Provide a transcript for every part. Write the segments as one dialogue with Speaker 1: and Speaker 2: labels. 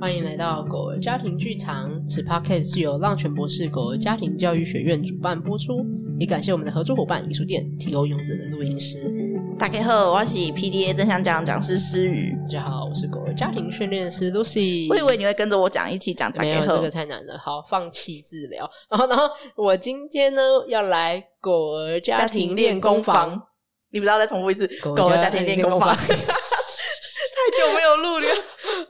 Speaker 1: 欢迎来到狗儿家庭剧场。此 podcast 是由浪犬博士狗儿家庭教育学院主办播出，也感谢我们的合作伙伴艺术店提供勇者的录音师。
Speaker 2: 大家好，我是 PDA 正向讲讲师诗雨。
Speaker 1: 大家好，我是狗儿家庭训练师 Lucy。
Speaker 2: 我以为你会跟着我讲，一起讲大
Speaker 1: 没
Speaker 2: 家
Speaker 1: 有
Speaker 2: 好
Speaker 1: 这。个太难了，好放弃治疗。然后，然后我今天呢要来狗儿家庭练功房，，
Speaker 2: 你不知道再重复一次
Speaker 1: 狗
Speaker 2: 狗儿
Speaker 1: 家
Speaker 2: 家庭
Speaker 1: 练
Speaker 2: 练
Speaker 1: 功
Speaker 2: 功
Speaker 1: 房
Speaker 2: 房。太久没有录 了，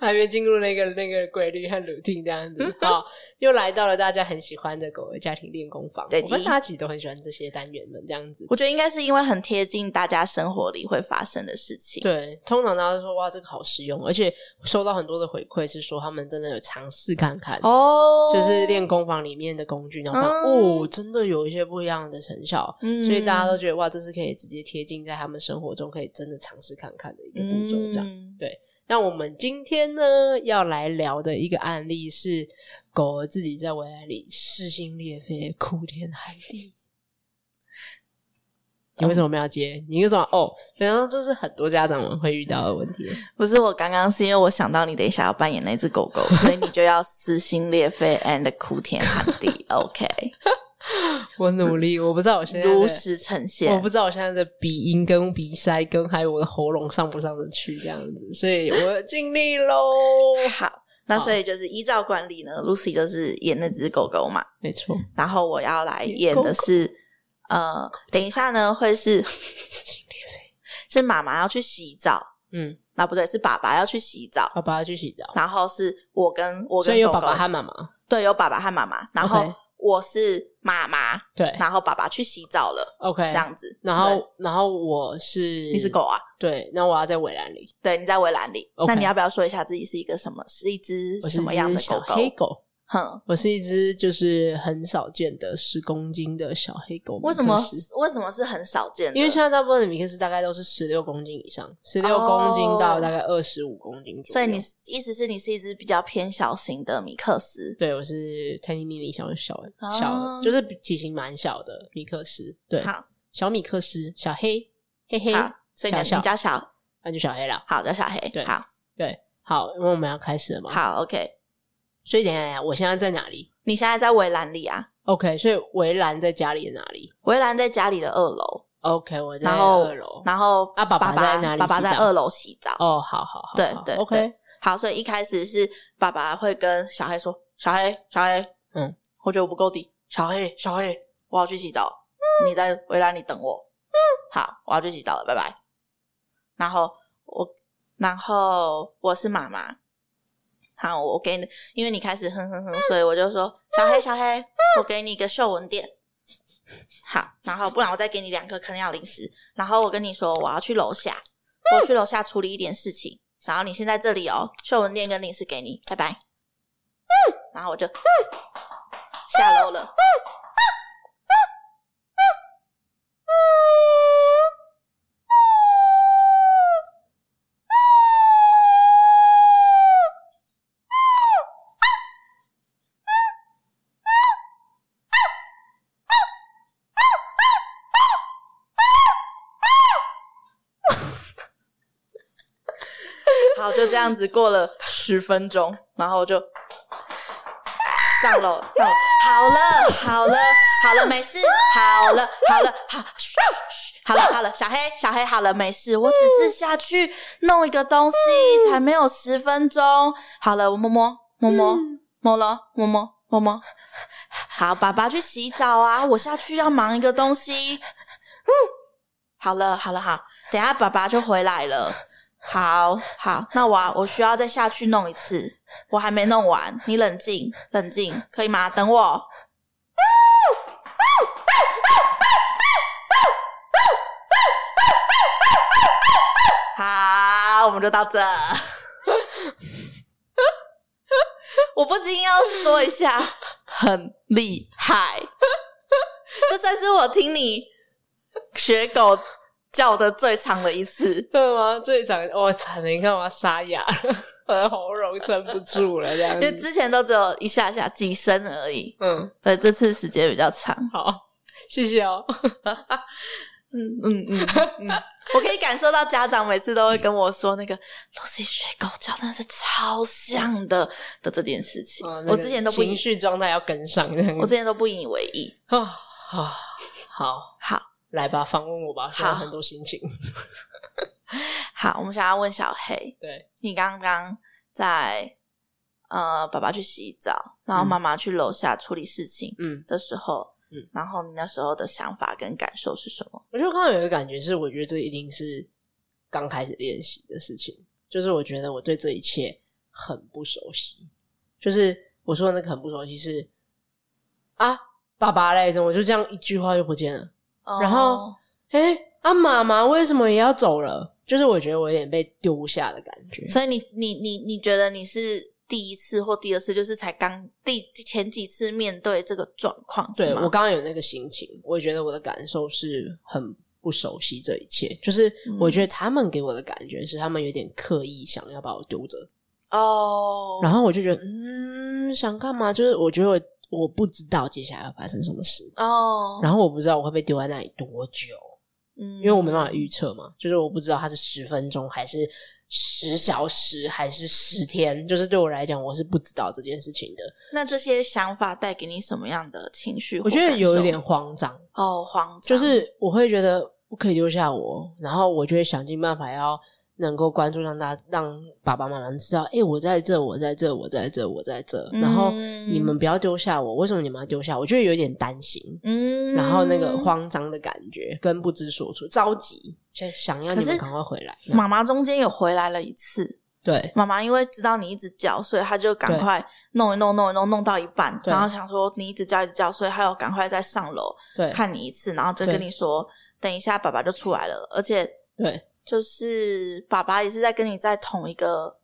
Speaker 1: 还没进入那个那个规律和 routine 这样 子好，又来到了大家很喜欢的狗儿家庭练功房。
Speaker 2: 对
Speaker 1: 我跟
Speaker 2: 鸡
Speaker 1: 大家其实都很喜欢这些单元们这样子。
Speaker 2: 我觉得应该是因为很贴近大家生活里会发生的事情。
Speaker 1: 对，通常大家都说哇，这个好实用，而且收到很多的回馈是说他们真的有尝试看看，
Speaker 2: 哦，
Speaker 1: 就是练功房里面的工具，然后看、
Speaker 2: 嗯
Speaker 1: 哦，真的有一些不一样的成效，
Speaker 2: 嗯
Speaker 1: 所以大家都觉得哇，这是可以直接贴近在他们生活中，可以真的尝试看看的一个步骤这样。
Speaker 2: 嗯
Speaker 1: 那我们今天呢要来聊的一个案例是狗儿自己在围栏里撕心裂肺、哭天喊地。你为什么没有接？你为什么？哦，然后这是很多家长们会遇到的问题。
Speaker 2: 不是我刚刚是因为我想到你等一下要扮演那只狗 狗，所以你就要撕心裂肺 and 哭天喊地。OK，
Speaker 1: 我努力，我不知道我现在的
Speaker 2: 如实呈现
Speaker 1: 我。不知道我现在的鼻音跟鼻塞跟还有我的喉咙上不上得去这样子，所以我尽力喽。
Speaker 2: 好，那
Speaker 1: 好
Speaker 2: 所以就是依照惯例呢，Lucy 就是演那只狗狗嘛，
Speaker 1: 没错，
Speaker 2: 然后我要来
Speaker 1: 演
Speaker 2: 演
Speaker 1: 狗
Speaker 2: 的是，呃，等一下呢会是
Speaker 1: 撕心裂肺。
Speaker 2: 是妈妈要去洗澡，
Speaker 1: 嗯，
Speaker 2: 那不对，是爸爸要去洗澡，
Speaker 1: 爸爸去洗澡，
Speaker 2: 然后是我跟我
Speaker 1: 所
Speaker 2: 跟
Speaker 1: 以有
Speaker 2: 狗狗
Speaker 1: 爸爸和妈妈。
Speaker 2: 对有爸爸和妈妈，然
Speaker 1: OK
Speaker 2: 后我是妈妈，
Speaker 1: 对
Speaker 2: 然后爸爸去洗澡了，
Speaker 1: ，OK，
Speaker 2: 这样子，
Speaker 1: 然后，然后我是
Speaker 2: 对你是狗啊，
Speaker 1: 对，那我要在围栏里，
Speaker 2: 对，你在围栏里
Speaker 1: OK
Speaker 2: 那你要不要说一下自己是一个什么，是一只
Speaker 1: 我是
Speaker 2: 什
Speaker 1: 一
Speaker 2: 么样
Speaker 1: 只
Speaker 2: 的
Speaker 1: 小
Speaker 2: 狗狗？
Speaker 1: 黑狗，
Speaker 2: 哼，
Speaker 1: 我是一只就是很少见的十公斤的小黑狗。
Speaker 2: 为什么
Speaker 1: 米克斯
Speaker 2: 为什什么是很少见的？
Speaker 1: 因为现在大部分的米克斯大概都是十六公斤以上，十六
Speaker 2: 哦
Speaker 1: 公斤到大概二十五公斤左
Speaker 2: 所
Speaker 1: 右
Speaker 2: 以你意思是你是一只比较偏小型的米克斯，
Speaker 1: 对我是 tiny mini 小小
Speaker 2: 哦
Speaker 1: 小，就是体型蛮小的米克斯，对，
Speaker 2: 好，
Speaker 1: 小米克斯，小黑，嘿嘿，
Speaker 2: 好，所以你
Speaker 1: 小小
Speaker 2: 你叫小，
Speaker 1: 那就小黑了。
Speaker 2: 好叫小
Speaker 1: 对
Speaker 2: 黑，好
Speaker 1: 对，好，因为我们要开始了嘛，
Speaker 2: 好 OK，
Speaker 1: 所以等一下，等一下，我现在在哪里？
Speaker 2: 你现在在围栏里啊，
Speaker 1: OK，所以围栏在家里的哪里
Speaker 2: 围栏在家里的二楼，
Speaker 1: ？OK，我在
Speaker 2: 然后
Speaker 1: 二楼。
Speaker 2: 然后
Speaker 1: 啊爸爸
Speaker 2: 爸
Speaker 1: 在哪里
Speaker 2: 爸爸
Speaker 1: 洗澡
Speaker 2: 在二楼洗澡，
Speaker 1: 哦，好好好，
Speaker 2: 对
Speaker 1: 好
Speaker 2: 对
Speaker 1: ，OK，
Speaker 2: 对好，所以一开始是爸爸会跟小黑说：“小黑，小黑，
Speaker 1: 嗯，
Speaker 2: 我觉得我不够低，小黑，小黑，我要去洗澡，你在围栏里等我。”嗯，好，我要去洗澡了，拜拜。然后我，然后我是妈妈。好，我给你，因为你开始哼哼哼，所以我就说：“小黑，小黑，我给你一个嗅闻垫。”好，然后不然我再给你两颗坑药零食。然后我跟你说，我要去楼下，我去楼下处理一点事情。然后你先在这里哦，秀文店跟零食给你，拜拜。然后我就下楼了。好，就这样子过了十分钟，然后我就上楼，上楼，好了，好了，好了，没事，好了，好了，好，嘘嘘好了，好了，小黑，小黑，好了，没事，我只是下去弄一个东西，才没有十分钟。好了，我摸摸，摸
Speaker 1: 嗯
Speaker 2: 摸，摸了，摸摸，摸摸。好，爸爸去洗澡啊，我下去要忙一个东西。好了，好了，好，等一下爸爸就回来了。好好，那我啊我需要再下去弄一次，我还没弄完，你冷静冷静，可以吗？等我。好，我们就到这。我不禁要说一下，很厉害，这算是我听你学狗叫的最长的一次。
Speaker 1: 对吗？最长，我惨了，你看我要沙哑了，我的喉咙撑不住了，这样
Speaker 2: 因为
Speaker 1: 子。
Speaker 2: 之前都只有一下下几声而已，
Speaker 1: 嗯，
Speaker 2: 对，这次时间比较长。
Speaker 1: 好，谢谢哦。
Speaker 2: 嗯嗯嗯嗯， 我可以感受到家长每次都会跟我说那个露西学狗叫真的是超像的的这件事情，
Speaker 1: 哦那
Speaker 2: 我
Speaker 1: 个
Speaker 2: 之前都不
Speaker 1: 情
Speaker 2: 以，
Speaker 1: 绪状态要跟上，这样
Speaker 2: 我
Speaker 1: 子
Speaker 2: 之前都不引以为意。
Speaker 1: 啊啊，好，
Speaker 2: 好
Speaker 1: 来吧，访问我吧，现在
Speaker 2: 好
Speaker 1: 很多心情，
Speaker 2: 好，我们想要问小黑，
Speaker 1: 对，
Speaker 2: 你刚刚在呃爸爸去洗澡，然后
Speaker 1: 嗯
Speaker 2: 妈妈去楼下处理事情
Speaker 1: 嗯，
Speaker 2: 的时候，
Speaker 1: 嗯
Speaker 2: 然后你那时候的想法跟感受是什么？
Speaker 1: 我就刚刚有一个感觉是，我觉得这一定是刚开始练习的事情，就是我觉得我对这一切很不熟悉，就是我说的那个很不熟悉是啊，爸爸嘞，怎么就这样一句话就不见了？然后
Speaker 2: 哦
Speaker 1: 哎、啊，妈妈为什么也要走了？就是我觉得我有点被丢下的感觉，
Speaker 2: 所以你你你你觉得你是第一次或第二次，就是才刚第前几次面对这个状况，
Speaker 1: 对
Speaker 2: 是吗
Speaker 1: 我刚刚有那个心情，我也觉得我的感受是很不熟悉这一切，就是我觉得他们给我的感觉是他们有点刻意想要把我丢着，
Speaker 2: 哦，
Speaker 1: 然后我就觉得嗯，想干嘛？就是我觉得我我不知道接下来要发生什么事，
Speaker 2: 哦，嗯
Speaker 1: 然后我不知道我会被丢在那里多久，
Speaker 2: 因
Speaker 1: 因为我没办法预测嘛，就是我不知道它是十分钟还是十小时还是十天，就是对我来讲我是不知道这件事情的，
Speaker 2: 那这些想法带给你什么样的情绪或
Speaker 1: 我
Speaker 2: 感受？
Speaker 1: 觉得有一点慌张。
Speaker 2: 哦慌张，
Speaker 1: 就是我会觉得不可以丢下我，然后我就会想尽办法要能够关注让大家让爸爸妈妈知道，哎、我在这，我在这，我在这，我在这，
Speaker 2: 嗯
Speaker 1: 然后你们不要丢下我，为什么你们要丢下我？我就会有点担心，
Speaker 2: 嗯，
Speaker 1: 然后那个。慌张的感觉跟不知所措，着急，想想要
Speaker 2: 可
Speaker 1: 你
Speaker 2: 是
Speaker 1: 们赶快回来。
Speaker 2: 妈妈中间有回来了一次，
Speaker 1: 对
Speaker 2: 妈妈因为知道你一直叫，所以她就赶
Speaker 1: 对
Speaker 2: 快弄一弄、弄一弄，弄到一半，
Speaker 1: 对
Speaker 2: 然后想说你一直叫、一直叫，所以她要赶快再上楼
Speaker 1: 对
Speaker 2: 看你一次，然后就跟
Speaker 1: 对
Speaker 2: 你说，等一下爸爸就出来了，而且
Speaker 1: 对
Speaker 2: 就是爸爸也是在跟你在同一个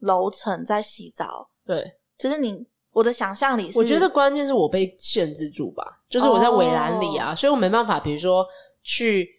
Speaker 2: 楼层在洗澡，
Speaker 1: 对，
Speaker 2: 就是你我的想象里是，
Speaker 1: 我觉得关键是我被限制住吧，就是我在围栏里啊，所以我没办法，比如说去
Speaker 2: 哦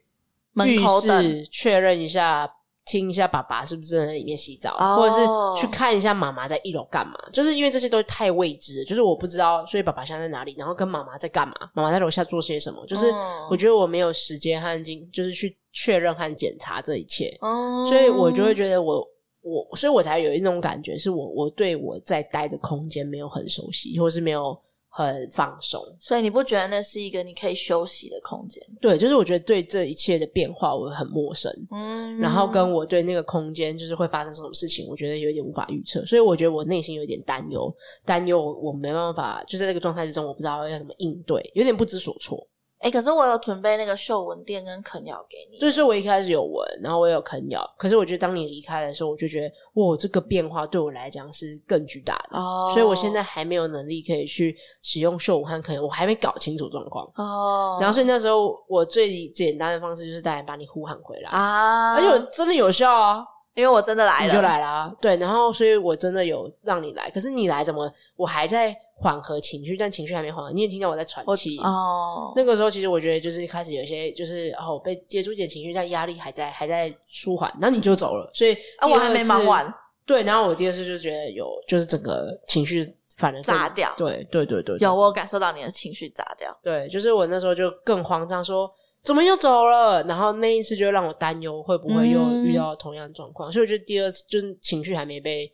Speaker 2: 门
Speaker 1: 浴
Speaker 2: 口
Speaker 1: 室
Speaker 2: 等
Speaker 1: 确认一下，听一下爸爸是不是正在里面洗澡，
Speaker 2: 哦
Speaker 1: 或者是去看一下妈妈在一楼干嘛，就是因为这些都太未知了，就是我不知道，所以爸爸现在在哪里，然后跟妈妈在干嘛，妈妈在楼下做些什么，就是
Speaker 2: 嗯
Speaker 1: 我觉得我没有时间和精，就是去确认和检查这一切，
Speaker 2: 嗯，
Speaker 1: 所以我就会觉得我我，所以我才有一种感觉，是我我对我在待的空间没有很熟悉，或是没有很放松。
Speaker 2: 所以你不觉得那是一个你可以休息的空间？
Speaker 1: 对，就是我觉得对这一切的变化我很陌生，
Speaker 2: 嗯
Speaker 1: 然后跟我对那个空间就是会发生什么事情，我觉得有点无法预测，所以我觉得我内心有点担忧，担忧我我没办法，就在这个状态之中，我不知道要怎么应对，有点不知所措。
Speaker 2: 哎、可是我有准备那个嗅闻垫跟啃咬给你，
Speaker 1: 就是我一开始有闻，然后我有啃咬，可是我觉得当你离开的时候，我就觉得哇，这个变化对我来讲是更巨大的。
Speaker 2: 哦，
Speaker 1: 所以我现在还没有能力可以去使用秀武汉，可能我还没搞清楚状况。
Speaker 2: 哦，
Speaker 1: 然后所以那时候我最简单的方式就是当然把你呼喊回来，
Speaker 2: 啊，
Speaker 1: 而且我真的有效啊，
Speaker 2: 因为我真的来
Speaker 1: 你
Speaker 2: 了，
Speaker 1: 就来啦。对，然后所以我真的有让你来，可是你来怎么我还在缓和情绪，但情绪还没缓和，你也听到我在喘
Speaker 2: 我
Speaker 1: 气。
Speaker 2: 哦，
Speaker 1: 那个时候其实我觉得就是开始有一些就是哦被接触一点情绪，但压力还在还在舒缓，然后你就走了，所以
Speaker 2: 啊，
Speaker 1: 第
Speaker 2: 我还
Speaker 1: 二
Speaker 2: 没忙
Speaker 1: 次
Speaker 2: 完，
Speaker 1: 对，然后我第二次就觉得有，就是整个情绪反而更
Speaker 2: 炸掉
Speaker 1: 对对对对，对
Speaker 2: 有我有感受到你的情绪炸掉，
Speaker 1: 对，就是我那时候就更慌张，说怎么又走了？然后那一次就让我担忧会不会又
Speaker 2: 嗯
Speaker 1: 遇到同样的状况，所以我觉得第二次就是情绪还没被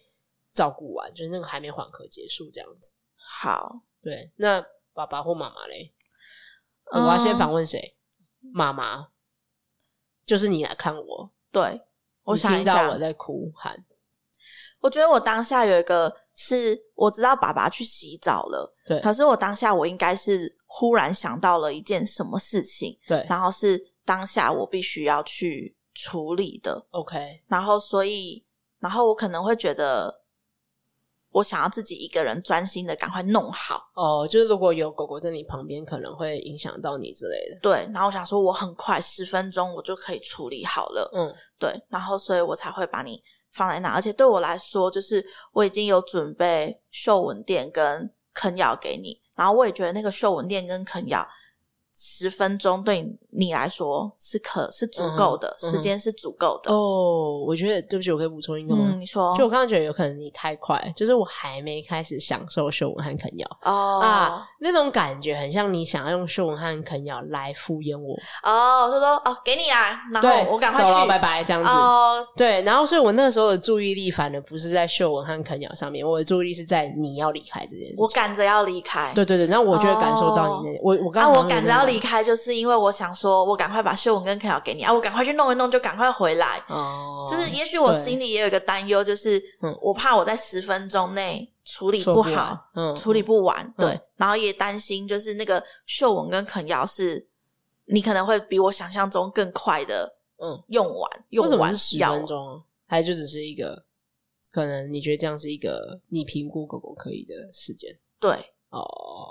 Speaker 1: 照顾完，就是那个还没缓和结束这样子。
Speaker 2: 好，
Speaker 1: 对，那爸爸或妈妈嘞？我要先
Speaker 2: 嗯
Speaker 1: 访问谁？妈妈，就是你来看我，
Speaker 2: 对，我
Speaker 1: 你
Speaker 2: 想
Speaker 1: 听
Speaker 2: 一下，
Speaker 1: 到我在哭喊，
Speaker 2: 我觉得我当下有一个是我知道爸爸去洗澡了，
Speaker 1: 对
Speaker 2: 可是我当下我应该是忽然想到了一件什么事情，
Speaker 1: 对
Speaker 2: 然后是当下我必须要去处理的，
Speaker 1: ，OK，
Speaker 2: 然后所以，然后我可能会觉得，我想要自己一个人专心的赶快弄好，
Speaker 1: 哦，就是如果有狗狗在你旁边，可能会影响到你之类的。
Speaker 2: 对，然后我想说我很快十分钟我就可以处理好了，
Speaker 1: 嗯，
Speaker 2: 对，然后所以我才会把你放在那。而且对我来说，就是我已经有准备嗅闻垫跟啃咬给你，然后我也觉得那个嗅闻垫跟啃咬十分钟对你你来说是可是足够的、
Speaker 1: 嗯哼嗯哼
Speaker 2: 时间是足够的。
Speaker 1: 哦，我觉得对不起，我可以补充一个吗？
Speaker 2: 嗯，你说
Speaker 1: 就我刚刚觉得有可能你太快，就是我还没开始享受嗅闻和啃咬
Speaker 2: 哦、
Speaker 1: 啊，那种感觉很像你想要用嗅闻和啃咬来敷衍我，
Speaker 2: 哦，就说哦给你啊，然
Speaker 1: 对，
Speaker 2: 后我赶快
Speaker 1: 走了
Speaker 2: 去，
Speaker 1: 拜拜这样子。
Speaker 2: 哦，
Speaker 1: 对，然后所以我那时候的注意力反而不是在嗅闻和啃咬上面，我的注意力是在你要离开这件事
Speaker 2: 我
Speaker 1: 情。
Speaker 2: 赶着要离开。
Speaker 1: 对对对，然后我就会感受到你那，我我刚
Speaker 2: 啊！
Speaker 1: 刚好像
Speaker 2: 我
Speaker 1: 有
Speaker 2: 赶着
Speaker 1: 那种
Speaker 2: 要离开，就是因为我想说，我赶快把秀文跟 K 瑶给你啊！我赶快去弄一弄，就赶快回来。
Speaker 1: 哦，
Speaker 2: 就是也许我
Speaker 1: 对
Speaker 2: 心里也有一个担忧，就是
Speaker 1: 嗯
Speaker 2: 我怕我在十分钟内处理
Speaker 1: 说
Speaker 2: 不
Speaker 1: 来
Speaker 2: 好，，
Speaker 1: 嗯，
Speaker 2: 处理不完，
Speaker 1: 嗯
Speaker 2: 对，然后也担心就是那个秀文跟肯瑶是，你可能会比我想象中更快的，
Speaker 1: 嗯，
Speaker 2: 用完
Speaker 1: 为什
Speaker 2: 用
Speaker 1: 么
Speaker 2: 完
Speaker 1: 是十
Speaker 2: 药
Speaker 1: 分钟啊？还就只是一个，可能你觉得这样是一个你评估狗狗可以的时间
Speaker 2: 对，
Speaker 1: 哦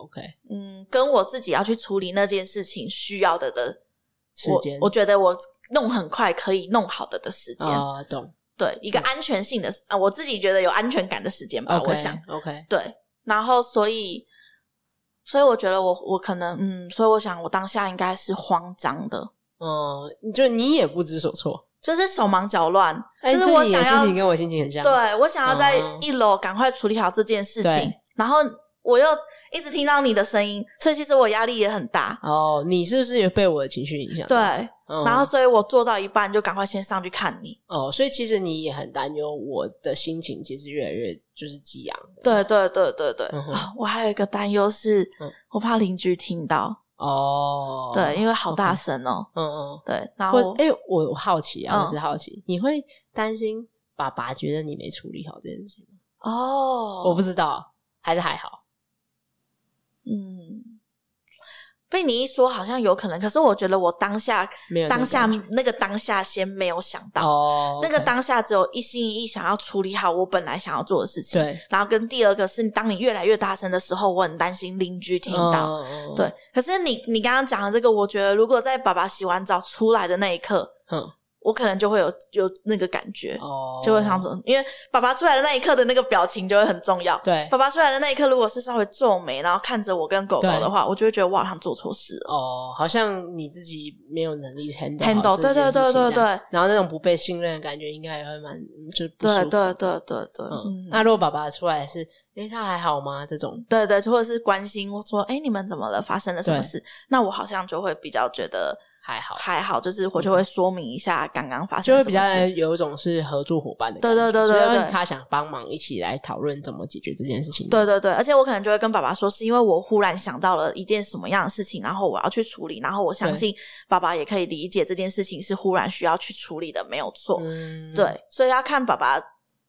Speaker 1: ，OK，
Speaker 2: 嗯，跟我自己要去处理那件事情需要的的
Speaker 1: 时间
Speaker 2: 我，我觉得我弄很快可以弄好的的时间，
Speaker 1: 啊，懂
Speaker 2: 对，一个安全性的啊、我自己觉得有安全感的时间吧，
Speaker 1: ，OK，
Speaker 2: 啊我想。
Speaker 1: OK，
Speaker 2: 对，然后所以，所以我觉得我我可能嗯，所以我想我当下应该是慌张的，
Speaker 1: 嗯，就你也不知所措，
Speaker 2: 就是手忙脚乱，
Speaker 1: 哎，
Speaker 2: 就是
Speaker 1: 这
Speaker 2: 我
Speaker 1: 你的
Speaker 2: 想
Speaker 1: 心
Speaker 2: 要
Speaker 1: 情跟我心情很像，
Speaker 2: 对我想要在
Speaker 1: 嗯
Speaker 2: 一楼赶快处理好这件事情
Speaker 1: 对，
Speaker 2: 然后我又一直听到你的声音，所以其实我压力也很大。
Speaker 1: 哦，你是不是也被我的情绪影响？
Speaker 2: 对，
Speaker 1: 嗯，
Speaker 2: 然后所以我做到一半就赶快先上去看你。
Speaker 1: 哦，所以其实你也很担忧我的心情，其实越来越就是激昂的。
Speaker 2: 对对对对对，
Speaker 1: 嗯哼
Speaker 2: 啊我还有一个担忧是
Speaker 1: 嗯，
Speaker 2: 我怕邻居听到，
Speaker 1: 哦，
Speaker 2: 对，因为好大
Speaker 1: OK
Speaker 2: 声哦，
Speaker 1: 嗯嗯，
Speaker 2: 对，然
Speaker 1: 我
Speaker 2: 后
Speaker 1: 哎、我我好奇啊，
Speaker 2: 嗯
Speaker 1: 我只好奇，你会担心爸爸觉得你没处理好这件事情吗？
Speaker 2: 哦，
Speaker 1: 我不知道，还是还好。
Speaker 2: 嗯，被你一说好像有可能，可是我觉得我当下
Speaker 1: 没有那
Speaker 2: 当
Speaker 1: 种
Speaker 2: 下
Speaker 1: 感觉
Speaker 2: 那个当下先没有想到，
Speaker 1: 哦
Speaker 2: 那个
Speaker 1: OK
Speaker 2: 当下只有一心一意想要处理好我本来想要做的事情。
Speaker 1: 对
Speaker 2: 然后跟第二个是，当你越来越大声的时候，我很担心邻居听到。
Speaker 1: 嗯嗯嗯
Speaker 2: 对，可是你你刚刚讲的这个，我觉得如果在爸爸洗完澡出来的那一刻，
Speaker 1: 嗯
Speaker 2: 我可能就会有有那个感觉，
Speaker 1: 哦，
Speaker 2: 就会想说，因为爸爸出来的那一刻的那个表情就会很重要。
Speaker 1: 对
Speaker 2: 爸爸出来的那一刻，如果是稍微皱眉，然后看着我跟狗狗的话，我就会觉得我好像做错事了。
Speaker 1: 哦，好像你自己没有能力 handle 好
Speaker 2: handle，
Speaker 1: 这
Speaker 2: 对
Speaker 1: 件
Speaker 2: 对
Speaker 1: 事
Speaker 2: 对
Speaker 1: 情
Speaker 2: 对
Speaker 1: 这样
Speaker 2: 对，
Speaker 1: 然后那种不被信任的感觉，应该也会蛮嗯就是不舒
Speaker 2: 对
Speaker 1: 服
Speaker 2: 对对对对，
Speaker 1: 嗯
Speaker 2: 嗯，，
Speaker 1: 那如果爸爸出来是，诶、他还好吗？这种
Speaker 2: 对对，或者是关心我说，哎，你们怎么了？发生了什么
Speaker 1: 对
Speaker 2: 事？那我好像就会比较觉得
Speaker 1: 还好，
Speaker 2: 还好，嗯就是我就会说明一下刚刚发
Speaker 1: 就会
Speaker 2: 生了什
Speaker 1: 比
Speaker 2: 么
Speaker 1: 较
Speaker 2: 事。
Speaker 1: 有一种是合作伙伴的感
Speaker 2: 对
Speaker 1: 觉，
Speaker 2: 对对对
Speaker 1: 所以
Speaker 2: 对
Speaker 1: 他想帮忙一起来讨论怎么解决这件事情。
Speaker 2: 对对对，而且我可能就会跟爸爸说，是因为我忽然想到了一件什么样的事情，然后我要去处理，然后我相
Speaker 1: 对
Speaker 2: 信爸爸也可以理解这件事情是忽然需要去处理的，没有错。
Speaker 1: 嗯，
Speaker 2: 对，所以要看爸 爸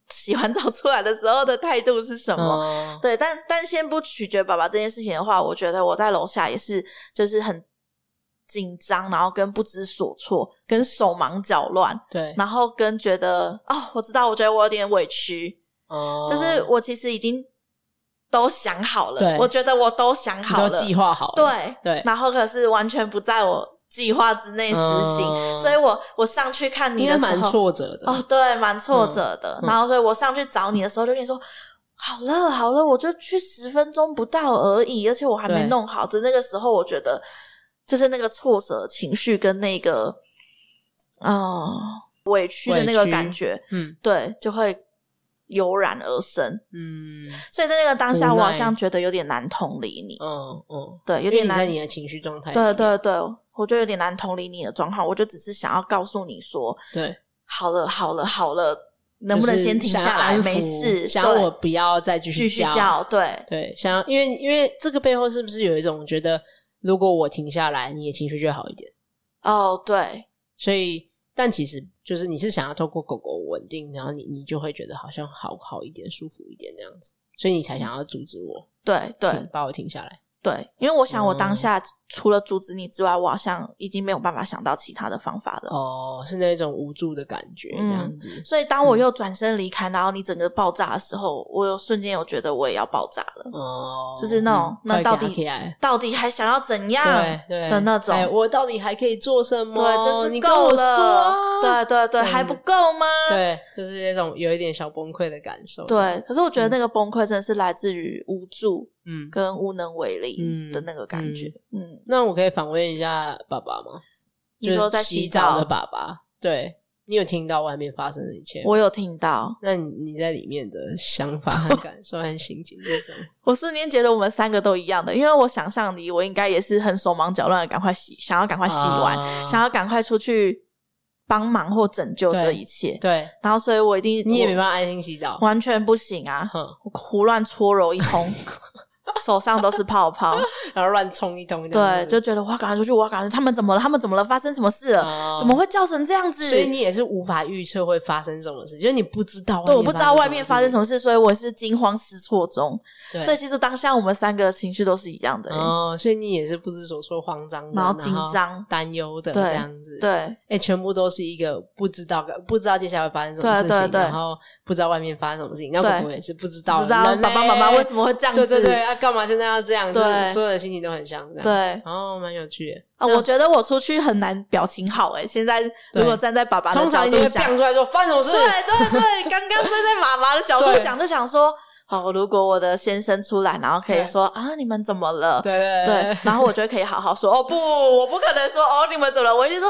Speaker 2: 洗完澡出来的时候的态度是什么。
Speaker 1: 嗯，
Speaker 2: 对，但但先不取决爸爸这件事情的话，我觉得我在楼下也是，就是很紧张，然后跟不知所措，跟手忙脚乱，
Speaker 1: 对，
Speaker 2: 然后跟觉得哦，我知道，我觉得我有点委屈，
Speaker 1: 哦
Speaker 2: 就是我其实已经都想好了
Speaker 1: 对，
Speaker 2: 我觉得我都想
Speaker 1: 你
Speaker 2: 好
Speaker 1: 都
Speaker 2: 了，
Speaker 1: 计划好了，
Speaker 2: 对，
Speaker 1: 对，
Speaker 2: 然后可是完全不在我计划之内实行，
Speaker 1: 嗯
Speaker 2: 所以我我上去看你
Speaker 1: 应该
Speaker 2: 的时
Speaker 1: 蛮
Speaker 2: 候，
Speaker 1: 挫折的。
Speaker 2: 哦，对，蛮挫折的。
Speaker 1: 嗯
Speaker 2: 然后，所以我上去找你的时候，就跟你说。好了好了，我就去十分钟不到而已，而且我还没
Speaker 1: 对
Speaker 2: 弄好。在那个时候，我觉得就是那个挫折情绪跟那个嗯、呃委屈的那个
Speaker 1: 委屈
Speaker 2: 感觉，
Speaker 1: 嗯
Speaker 2: 对，就会油然而生。
Speaker 1: 嗯
Speaker 2: 所以在那个当下，
Speaker 1: 无
Speaker 2: 我
Speaker 1: 奈
Speaker 2: 好像觉得有点难同理你，
Speaker 1: 嗯嗯，
Speaker 2: 对，
Speaker 1: 因为
Speaker 2: 有点
Speaker 1: 你在
Speaker 2: 难，
Speaker 1: 你的情绪状态里
Speaker 2: 对
Speaker 1: 面，
Speaker 2: 对对，我就有点难同理你的状况。我就只是想要告诉你说，
Speaker 1: 对，
Speaker 2: 好了，好了，好了，能不能
Speaker 1: 就是
Speaker 2: 先停
Speaker 1: 想要
Speaker 2: 下来？
Speaker 1: 安
Speaker 2: 没
Speaker 1: 抚
Speaker 2: 事，
Speaker 1: 想要
Speaker 2: 对
Speaker 1: 我不要再继
Speaker 2: 继
Speaker 1: 续
Speaker 2: 续
Speaker 1: 叫
Speaker 2: 叫，对
Speaker 1: 对，想要因为因为这个背后是不是有一种觉得，如果我停下来，你的情绪就会好一点？
Speaker 2: 哦，对
Speaker 1: 所以，但其实就是你是想要透过狗狗稳定，然后你你就会觉得好像好好一点、舒服一点这样子，所以你才想要阻止我，
Speaker 2: 嗯对
Speaker 1: 停
Speaker 2: 对
Speaker 1: 把我停下来。
Speaker 2: 对，因为我想我当
Speaker 1: 嗯
Speaker 2: 下除了阻止你之外，我好像已经没有办法想到其他的方法了。
Speaker 1: 哦，是那种无助的感觉这样子。
Speaker 2: 所以，
Speaker 1: 嗯
Speaker 2: 当我又转身离开，然后你整个爆炸的时候，我有瞬间有觉得我也要爆炸了，
Speaker 1: 哦，
Speaker 2: 就是那种
Speaker 1: 嗯
Speaker 2: 那
Speaker 1: 快
Speaker 2: 到
Speaker 1: 给它
Speaker 2: 底
Speaker 1: 起来
Speaker 2: 到底还想要怎样？
Speaker 1: 对对
Speaker 2: 的那种
Speaker 1: 哎我到底还可以做什么？
Speaker 2: 对，真
Speaker 1: 你
Speaker 2: 是
Speaker 1: 跟
Speaker 2: 够
Speaker 1: 我
Speaker 2: 了。
Speaker 1: 说啊，
Speaker 2: 对对对对，
Speaker 1: 嗯
Speaker 2: 还不够吗？
Speaker 1: 对，就是那种有一点小崩溃的感受。，
Speaker 2: 对，可是我觉得那个崩溃真的是来自于无助
Speaker 1: 嗯，
Speaker 2: 跟无能为力
Speaker 1: 嗯
Speaker 2: 的那个感觉。嗯，
Speaker 1: 那我可以访问一下爸爸吗？
Speaker 2: 你说
Speaker 1: 就是
Speaker 2: 在洗
Speaker 1: 洗
Speaker 2: 澡
Speaker 1: 的爸爸，对你有听到外面发生的一切？
Speaker 2: 我有听到。
Speaker 1: 那你你在里面的想法和感受和心情是 什么？
Speaker 2: 我瞬间觉得我们三个都一样的，因为我想象里我应该也是很手忙脚乱的，赶快洗，想要赶快洗完，
Speaker 1: 啊
Speaker 2: 想要赶快出去帮忙或拯救这一切。
Speaker 1: 对，
Speaker 2: 然后，所以我一定
Speaker 1: 你也
Speaker 2: 我
Speaker 1: 没办法安心洗澡。
Speaker 2: 完全不行啊！
Speaker 1: 哼，
Speaker 2: 我胡乱搓揉一通， 手上都是泡泡，
Speaker 1: 然后乱冲一通这
Speaker 2: 对，
Speaker 1: 样
Speaker 2: 就
Speaker 1: 子，
Speaker 2: 觉得我要赶快出去，我要赶快出去，他们怎么了？他们怎么了？发生什么事了？
Speaker 1: 哦
Speaker 2: 怎么会叫成这样子？
Speaker 1: 所以你也是无法预测会发生什么事，就是你不知道，
Speaker 2: 对，我不知道外面发生什
Speaker 1: 么
Speaker 2: 么事，所以我是惊慌失措中。
Speaker 1: 事，对
Speaker 2: 所以其实当下我们三个情绪都是一样的、欸
Speaker 1: 哦，所以你也是不知所措、慌张的，
Speaker 2: 然
Speaker 1: 然
Speaker 2: 后紧张
Speaker 1: 担忧的
Speaker 2: 对
Speaker 1: 这样子，，
Speaker 2: 对
Speaker 1: 哎，全部都是一个不知道、不知道接下来会发生什么事
Speaker 2: 对对
Speaker 1: 情，
Speaker 2: 对啊
Speaker 1: 然后不知道外面发生什么事情，那
Speaker 2: 对
Speaker 1: 我也是不知道，
Speaker 2: 不知道
Speaker 1: 人嘞
Speaker 2: 爸爸妈妈为什么会这样子？
Speaker 1: 对对对，啊，干嘛现在要这样？就是
Speaker 2: 对
Speaker 1: 所有的心情都很像，这样
Speaker 2: 对。
Speaker 1: 哦，蛮有趣的。
Speaker 2: 啊，
Speaker 1: 那
Speaker 2: 我觉得我出去很难表情好哎、现在如果站在爸爸的
Speaker 1: 通
Speaker 2: 角
Speaker 1: 常你
Speaker 2: 度
Speaker 1: 会
Speaker 2: 想，
Speaker 1: 变出来说发生什么事？
Speaker 2: 对对对，刚刚站在妈妈的角度
Speaker 1: 对
Speaker 2: 想，就想说，哦，如果我的先生出来，然后可以说啊，你们怎么了？
Speaker 1: 对
Speaker 2: 对，然后我就可以好好说，哦不，我不可能说哦你们怎么了，我一定说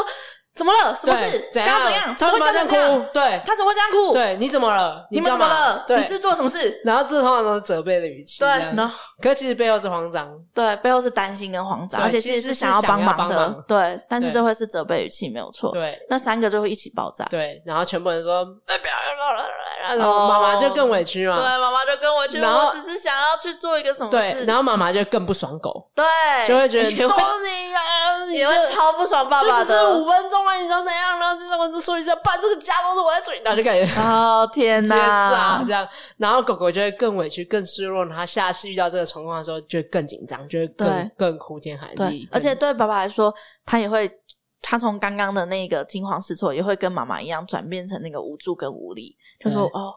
Speaker 2: 怎么了，什么
Speaker 1: 对
Speaker 2: 事，
Speaker 1: 怎
Speaker 2: 刚刚怎样，
Speaker 1: 他
Speaker 2: 怎么
Speaker 1: 怎
Speaker 2: 会
Speaker 1: 么
Speaker 2: 叫
Speaker 1: 这
Speaker 2: 成
Speaker 1: 样
Speaker 2: 这样？
Speaker 1: 哭？对，
Speaker 2: 他怎么会这样哭？，
Speaker 1: 对，你怎么了？
Speaker 2: 你们
Speaker 1: 干
Speaker 2: 怎么
Speaker 1: 嘛
Speaker 2: 了？你
Speaker 1: 对
Speaker 2: 是不，是做了什么事？
Speaker 1: 然后这通常都是责备的语气，
Speaker 2: 对，
Speaker 1: 这样
Speaker 2: 然后
Speaker 1: 可是其实背后是慌张，
Speaker 2: 对，背后是担心跟慌张，
Speaker 1: 对
Speaker 2: 而且
Speaker 1: 其实
Speaker 2: 是
Speaker 1: 是
Speaker 2: 想要
Speaker 1: 想要
Speaker 2: 忙
Speaker 1: 帮
Speaker 2: 的
Speaker 1: 忙，
Speaker 2: 对，但是
Speaker 1: 对
Speaker 2: 这会是责备语气，没有错。
Speaker 1: 对
Speaker 2: 那三个就会一起爆炸。
Speaker 1: 对，然后全部人说哎不要不要不要，然后妈妈就更委屈
Speaker 2: 哦对，啊
Speaker 1: 嘛，
Speaker 2: 妈妈就跟我去，
Speaker 1: 然后
Speaker 2: 我只是想要去做一个什么
Speaker 1: 对，
Speaker 2: 事，
Speaker 1: 然后妈妈就更不爽狗，
Speaker 2: 对，
Speaker 1: 就会觉得
Speaker 2: 也
Speaker 1: 都
Speaker 2: 会
Speaker 1: 你啊，你
Speaker 2: 也会
Speaker 1: 这
Speaker 2: 超不爽爸爸
Speaker 1: 就只是
Speaker 2: 的
Speaker 1: 五。分钟啊，你想怎样？然后就让我就说一下，爸，这个家都是我在处理，然后 就感觉。
Speaker 2: 哦天
Speaker 1: 直接炸
Speaker 2: 哪！
Speaker 1: 这样，然后狗狗就会更委屈、更失落，然后它下次遇到这个情况的时候就会更紧张，就会
Speaker 2: 对
Speaker 1: 更更哭天喊
Speaker 2: 对
Speaker 1: 地，。
Speaker 2: 而且
Speaker 1: 更
Speaker 2: 对爸爸来说，他也会，他从刚刚的那个惊慌失措，也会跟妈妈一样转变成那个无助跟无力，就说哦，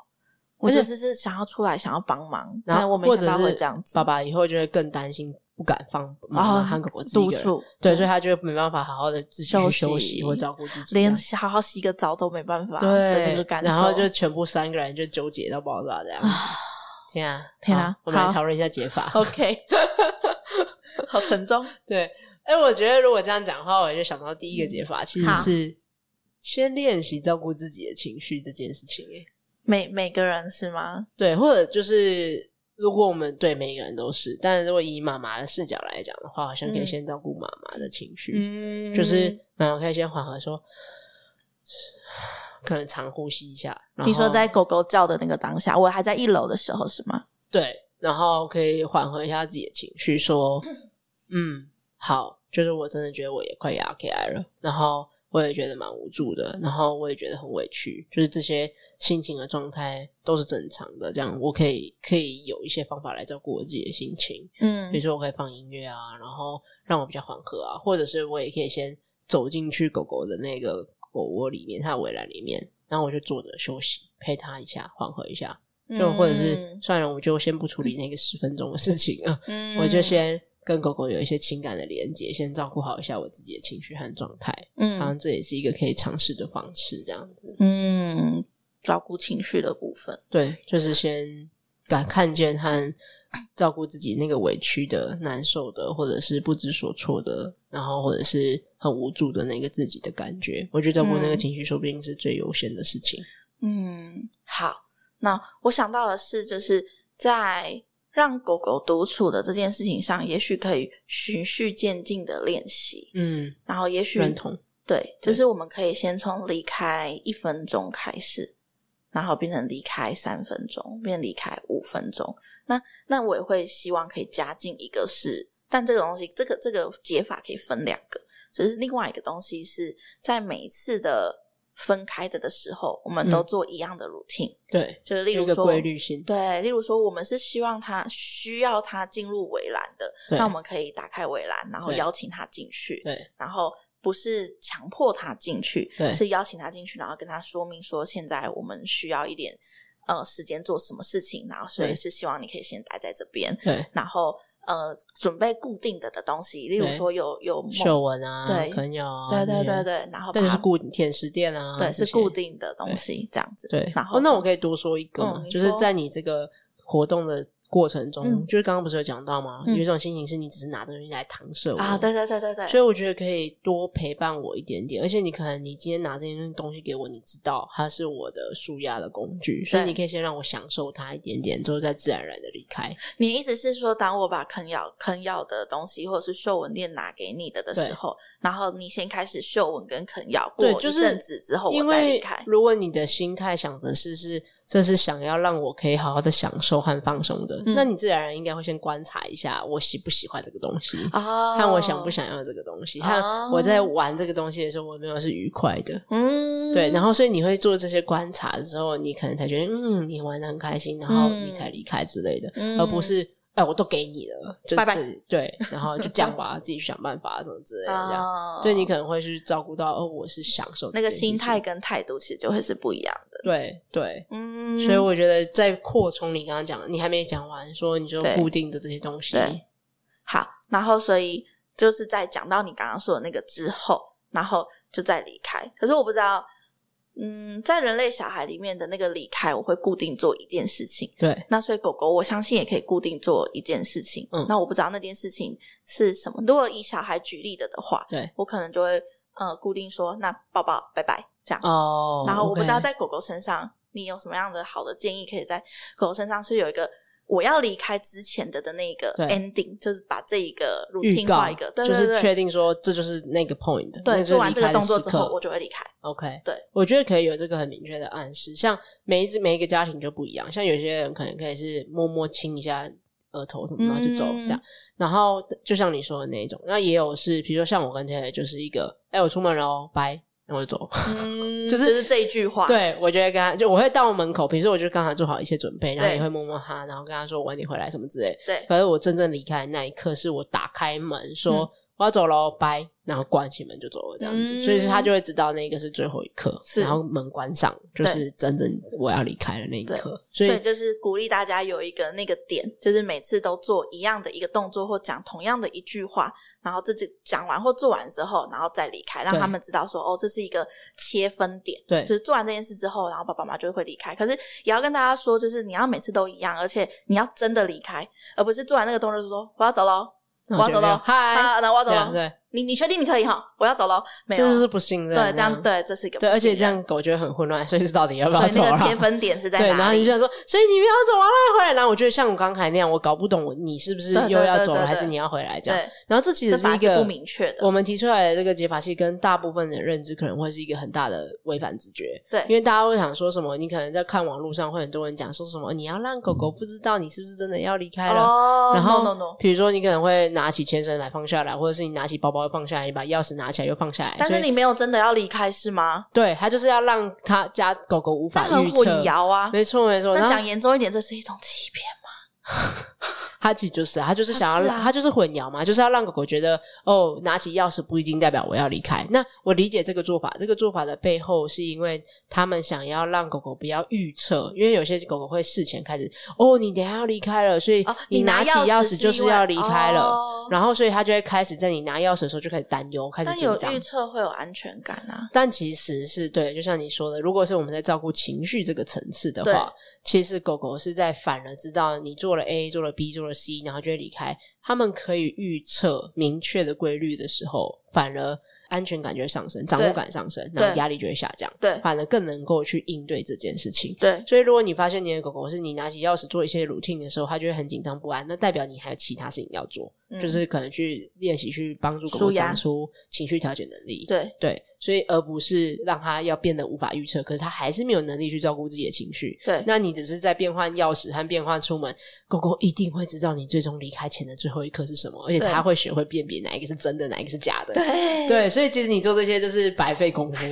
Speaker 2: 我
Speaker 1: 而且
Speaker 2: 只是是想要出来，想要帮忙，
Speaker 1: 然
Speaker 2: 但
Speaker 1: 后
Speaker 2: 哎我没
Speaker 1: 或
Speaker 2: 想
Speaker 1: 者
Speaker 2: 到会
Speaker 1: 是
Speaker 2: 这样子哦
Speaker 1: 爸。爸以后就会更担心，不敢放妈
Speaker 2: 然后
Speaker 1: 妈和狗狗自己一
Speaker 2: 督
Speaker 1: 个人。
Speaker 2: 促，
Speaker 1: 对，所以他就没办法好好的自己去
Speaker 2: 休
Speaker 1: 休
Speaker 2: 息
Speaker 1: 息或照顾自己，啊
Speaker 2: 连
Speaker 1: 这样
Speaker 2: 好好洗个澡都没办法的那个
Speaker 1: 对
Speaker 2: 感，受。
Speaker 1: 然后就全部三个人就纠结到爆炸这样子。天啊，
Speaker 2: 天啊
Speaker 1: 好我们来
Speaker 2: 好
Speaker 1: 讨论一下解法。
Speaker 2: OK，好沉重。
Speaker 1: 对，哎、我觉得如果这样讲的话，我就想到第一个解法，其实
Speaker 2: 好
Speaker 1: 是先练习照顾自己的情绪这件事情、欸。
Speaker 2: 每每个人是吗？
Speaker 1: 对，或者就是如果我们对每个人都是，但如果以妈妈的视角来讲的话，好像可以
Speaker 2: 嗯
Speaker 1: 先照顾妈妈的情绪，
Speaker 2: 嗯
Speaker 1: 就是妈妈可以先缓和说， 可能长呼吸一下。然
Speaker 2: 你说
Speaker 1: 后
Speaker 2: 在狗狗叫的那个当下，我还在一楼的时候是吗？
Speaker 1: 对，然后可以缓和一下自己的情绪，说，嗯，好，就是我真的觉得我也快压起来了，然后我也觉得蛮无助的，然后我也觉得很委屈，就是这些心情的状态都是正常的，这样我可以可以有一些方法来照顾我自己的心情，
Speaker 2: 嗯
Speaker 1: 比如说我可以放音乐啊，然后让我比较缓和啊，或者是我也可以先走进去狗狗的那个狗窝里面，它的围栏里面，然后我就坐着休息，陪它一下，缓和一下。就或者是算了，我就先不处理那个十分钟的事情啊，
Speaker 2: 嗯
Speaker 1: 我就先跟狗狗有一些情感的连接，先照顾好一下我自己的情绪和状态，好
Speaker 2: 嗯
Speaker 1: 像这也是一个可以尝试的方式，这样子。
Speaker 2: 嗯照顾情绪的部分。
Speaker 1: 对，就是先敢看见和照顾自己那个委屈的、难受的，或者是不知所措的，然后或者是很无助的那个自己的感觉。我觉得照顾那个
Speaker 2: 嗯
Speaker 1: 情绪，说不定是最优先的事情。
Speaker 2: 嗯，好。那我想到的是，就是在让狗狗独处的这件事情上，也许可以循序渐进的练习，
Speaker 1: 嗯，
Speaker 2: 然后也许
Speaker 1: 认同。
Speaker 2: 对，就
Speaker 1: 对
Speaker 2: 是我们可以先从离开一分钟开始，然后变成离开三分钟，变成离开五分钟。那那我也会希望可以加进一个是，但这个东西，这个这个解法可以分两个，就是另外一个东西是在每一次的分开的的时候，我们都
Speaker 1: 嗯
Speaker 2: 做一样的 routine，、
Speaker 1: 对，
Speaker 2: 就是例
Speaker 1: 有
Speaker 2: 如
Speaker 1: 一个
Speaker 2: 说
Speaker 1: 规律性。
Speaker 2: 对，例如说，我们是希望他需要他进入围栏的，
Speaker 1: 对
Speaker 2: 那我们可以打开围栏，然后
Speaker 1: 对
Speaker 2: 邀请他进去。
Speaker 1: 对，
Speaker 2: 然后不是强迫他进去，
Speaker 1: 对
Speaker 2: 是邀请他进去，然后跟他说明说，现在我们需要一点呃时间做什么事情，然后所以
Speaker 1: 对
Speaker 2: 是希望你可以先待在这边，
Speaker 1: 对，
Speaker 2: 然后呃准备固定的的东西，例如
Speaker 1: 对
Speaker 2: 说有有梦
Speaker 1: 嗅闻啊，
Speaker 2: 对
Speaker 1: 啃咬啊，
Speaker 2: 对对
Speaker 1: 这些
Speaker 2: 对，对，然后把
Speaker 1: 但是
Speaker 2: 它
Speaker 1: 固舔食店啊，
Speaker 2: 对
Speaker 1: 这
Speaker 2: 是
Speaker 1: 些
Speaker 2: 固定的东西这样子。
Speaker 1: 对。
Speaker 2: 然后
Speaker 1: 哦，那我可以多说一个吗
Speaker 2: 嗯，你
Speaker 1: 就是
Speaker 2: 说
Speaker 1: 在你这个活动的过程中，
Speaker 2: 嗯
Speaker 1: 就是刚刚不是有讲到吗？
Speaker 2: 嗯
Speaker 1: 有一种心情是你只是拿东西来搪塞我
Speaker 2: 啊，对对对对对，
Speaker 1: 所以我觉得可以多陪伴我一点点，而且你可能你今天拿这件东西给我，你知道它是我的舒压的工具，所以你可以先让我享受它一点点，之后再自然而然的离开。
Speaker 2: 你意思是说，当我把啃咬啃咬的东西，或者是嗅闻链拿给你的的时候，然后你先开始嗅闻跟啃咬过
Speaker 1: 对
Speaker 2: 一
Speaker 1: 就是
Speaker 2: 阵子之后，
Speaker 1: 因
Speaker 2: 我再离
Speaker 1: 为
Speaker 2: 开。
Speaker 1: 如果你的心态想的是是这是想要让我可以好好的享受和放松的，
Speaker 2: 嗯
Speaker 1: 那你自然而然应该会先观察一下我喜不喜欢这个东西。
Speaker 2: 哦，
Speaker 1: 嗯看我想不？想要这个东西，看
Speaker 2: 哦
Speaker 1: 我在玩这个东西的时候，我有没有是愉快的。
Speaker 2: 嗯，
Speaker 1: 对，然后所以你会做这些观察之后，你可能才觉得，嗯，你玩的很开心，然后
Speaker 2: 嗯
Speaker 1: 你才离开之类的，
Speaker 2: 嗯
Speaker 1: 而不是，哎、我都给你了，就
Speaker 2: 拜拜
Speaker 1: 这对，然后就这 样吧，自己去想办法什么之类的，这样。
Speaker 2: 哦，
Speaker 1: 所以你可能会去照顾到，哦，我是享受
Speaker 2: 那
Speaker 1: 这件
Speaker 2: 个
Speaker 1: 事
Speaker 2: 心
Speaker 1: 情
Speaker 2: 态，跟态度其实就会是不一样的。
Speaker 1: 对对。
Speaker 2: 嗯，
Speaker 1: 所以我觉得在扩充你刚刚讲的，你还没讲完，说你就
Speaker 2: 对
Speaker 1: 固定的这些东西，
Speaker 2: 对好，然后所以就是在讲到你刚刚说的那个之后，然后就再离开。可是我不知道，嗯，在人类小孩里面的那个离开，我会固定做一件事情。
Speaker 1: 对
Speaker 2: 那所以狗狗，我相信也可以固定做一件事情。
Speaker 1: 嗯
Speaker 2: 那我不知道那件事情是什么。如果以小孩举例的的话，
Speaker 1: 对
Speaker 2: 我可能就会呃固定说，那抱抱，拜拜，这样。
Speaker 1: 哦。
Speaker 2: 然后我不知
Speaker 1: OK
Speaker 2: 道在狗狗身上，你有什么样的好的建议，可以在狗狗身上是有一个我要离开之前的的那个
Speaker 1: 对
Speaker 2: ending，就是把这一个
Speaker 1: 预
Speaker 2: routine
Speaker 1: 告
Speaker 2: 画一个，对
Speaker 1: 就
Speaker 2: 对
Speaker 1: 是
Speaker 2: 对，
Speaker 1: 确定说这就是那个 point，那就
Speaker 2: 对，
Speaker 1: 是
Speaker 2: 做完
Speaker 1: 离
Speaker 2: 这个
Speaker 1: 开的
Speaker 2: 动作
Speaker 1: 时
Speaker 2: 之后，
Speaker 1: 刻
Speaker 2: 我就会离开。
Speaker 1: OK，
Speaker 2: 对，
Speaker 1: 我觉得可以有这个很明确的暗示。像每一只每一个家庭就不一样，像有些人可能可以是摸摸亲一下额头什么，然后就走
Speaker 2: 嗯
Speaker 1: 这样。然后就像你说的那一种，那也有是，比如说像我跟 t a 就是一个，哎、我出门了哦，拜，然后就走。
Speaker 2: 嗯，
Speaker 1: 就是
Speaker 2: 就是这一句 话，
Speaker 1: 对，我觉得跟他就我会到门口，比如说我就刚好做好一切准备，然后
Speaker 2: 对
Speaker 1: 也会摸摸他，然后跟他说我晚点回来什么之类。
Speaker 2: 对
Speaker 1: 可是我真正离开的那一刻，是我打开门说、
Speaker 2: 嗯
Speaker 1: 我要走喽，拜，然后关起门就走了这样子，
Speaker 2: 嗯
Speaker 1: 所以是他就会知道那个是最后一刻，
Speaker 2: 是
Speaker 1: 然后门关上就是真正我要离开的那一刻，所
Speaker 2: 所
Speaker 1: 以
Speaker 2: 以就是鼓励大家有一个那个点，就是每次都做一样的一个动作或讲同样的一句话，然后这就讲完或做完之后，然后再离开，让
Speaker 1: 对
Speaker 2: 他们知道说哦，这是一个切分点。
Speaker 1: 对
Speaker 2: 就是做完这件事之后，然后爸爸妈妈就会离开。可是也要跟大家说，就是你要每次都一样，而且你要真的离开，而不是做完那个动作就说我要走喽，
Speaker 1: 那
Speaker 2: 我要
Speaker 1: 就
Speaker 2: 走
Speaker 1: 没有
Speaker 2: 喽
Speaker 1: 嗨，
Speaker 2: 啊，那我要走
Speaker 1: 这样
Speaker 2: 喽。
Speaker 1: 对，
Speaker 2: 你你确定你可以哈？我要走喽，没有，
Speaker 1: 这就是不信任
Speaker 2: 对
Speaker 1: 啊，
Speaker 2: 这样对，这是一个
Speaker 1: 对，
Speaker 2: 不
Speaker 1: 而且
Speaker 2: 信
Speaker 1: 这样
Speaker 2: 任，
Speaker 1: 狗就会很混乱，所以是到底要不
Speaker 2: 所
Speaker 1: 要
Speaker 2: 以
Speaker 1: 走
Speaker 2: 那个
Speaker 1: 啊？
Speaker 2: 切分点是在
Speaker 1: 对，
Speaker 2: 哪里？
Speaker 1: 然后你就想说，所以你们要走完了回来，然后我就像我刚才那样，我搞不懂我你是不是
Speaker 2: 对对
Speaker 1: 又要
Speaker 2: 对
Speaker 1: 走
Speaker 2: 对
Speaker 1: 了，
Speaker 2: 对
Speaker 1: 还是你要回来这样？
Speaker 2: 对，
Speaker 1: 然后这其实
Speaker 2: 法
Speaker 1: 一个
Speaker 2: 不明确的，
Speaker 1: 我们提出来的这个解法器，跟大部分人认知可能会是一个很大的违反直觉，
Speaker 2: 对
Speaker 1: 因为大家会想说什么，你可能在看网络上会很多人讲说什么，你要让狗狗不知道你是不是真的要离开了。
Speaker 2: 哦
Speaker 1: 然
Speaker 2: no no
Speaker 1: 后
Speaker 2: no，，
Speaker 1: 比如说你可能会拿起牵绳来放下来，或者是你拿起包包放下来，你把钥匙拿起来又放下来。
Speaker 2: 但是
Speaker 1: 所以
Speaker 2: 你没有真的要离开是吗？
Speaker 1: 对它就是要让它家狗狗无
Speaker 2: 那
Speaker 1: 法
Speaker 2: 很
Speaker 1: 预
Speaker 2: 混
Speaker 1: 测，
Speaker 2: 淆啊。
Speaker 1: 没错没错。然
Speaker 2: 那
Speaker 1: 后
Speaker 2: 讲严重一点，这是一种欺骗嘛？
Speaker 1: 它其实就是啊它就是想要
Speaker 2: 它是
Speaker 1: 让
Speaker 2: 啊
Speaker 1: 它就是混淆嘛，就是要让狗狗觉得哦，拿起钥匙不一定代表我要离开。那我理解这个做法，这个做法的背后是因为他们想要让狗狗不要预测，因为有些狗狗会事前开始哦，你等一下要离开了，所以
Speaker 2: 哦，
Speaker 1: 你拿起钥匙
Speaker 2: 匙
Speaker 1: 就是哦要离开了，
Speaker 2: 了。
Speaker 1: 然后所以它就会开始在你拿钥匙的时候就开始担忧，开始
Speaker 2: 哦但
Speaker 1: 紧
Speaker 2: 有
Speaker 1: 张
Speaker 2: 预。测会有安全感啊。
Speaker 1: 但其实是对，就像你说的，如果是我们在照顾情绪这个层次的
Speaker 2: 对
Speaker 1: 话，其实狗狗是在反而知道你做了 A，做了 B，做了 C，然后就会离开。它们可以预测明确的规律的时候，反而安全感就会上升，掌握
Speaker 2: 对
Speaker 1: 感上升，然后
Speaker 2: 对
Speaker 1: 压力就会下降，
Speaker 2: 对
Speaker 1: 反而更能够去应对这件事情。
Speaker 2: 对
Speaker 1: 所以，如果你发现你的狗狗是你拿起钥匙做一些 routine 的时候，它就会很紧张不安，那代表你还有其他事情要做，
Speaker 2: 嗯
Speaker 1: 就是可能去练习去帮助狗狗
Speaker 2: 舒压
Speaker 1: 长出情绪调节能力。
Speaker 2: 对，
Speaker 1: 对，所以而不是让他要变得无法预测，可是他还是没有能力去照顾自己的情绪。
Speaker 2: 对
Speaker 1: 那你只是在变换钥匙和变换出门，狗狗一定会知道你最终离开前的最后一刻是什么，而且
Speaker 2: 对
Speaker 1: 它会学会辨别哪一个是真的，哪一个是假的。
Speaker 2: 对
Speaker 1: 对，所以其实你做这些就是白费功夫。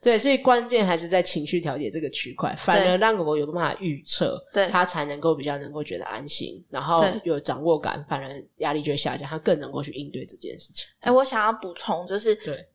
Speaker 1: 对，所以关键还是在情绪调节这个区块，反
Speaker 2: 对
Speaker 1: 而让狗狗有办法预测，
Speaker 2: 对
Speaker 1: 它才能够比较能够觉得安心，然后
Speaker 2: 对
Speaker 1: 有掌握感，反而压力就会下降，它更能够去应对这件事情。
Speaker 2: 哎，我想要补充就是，
Speaker 1: 对，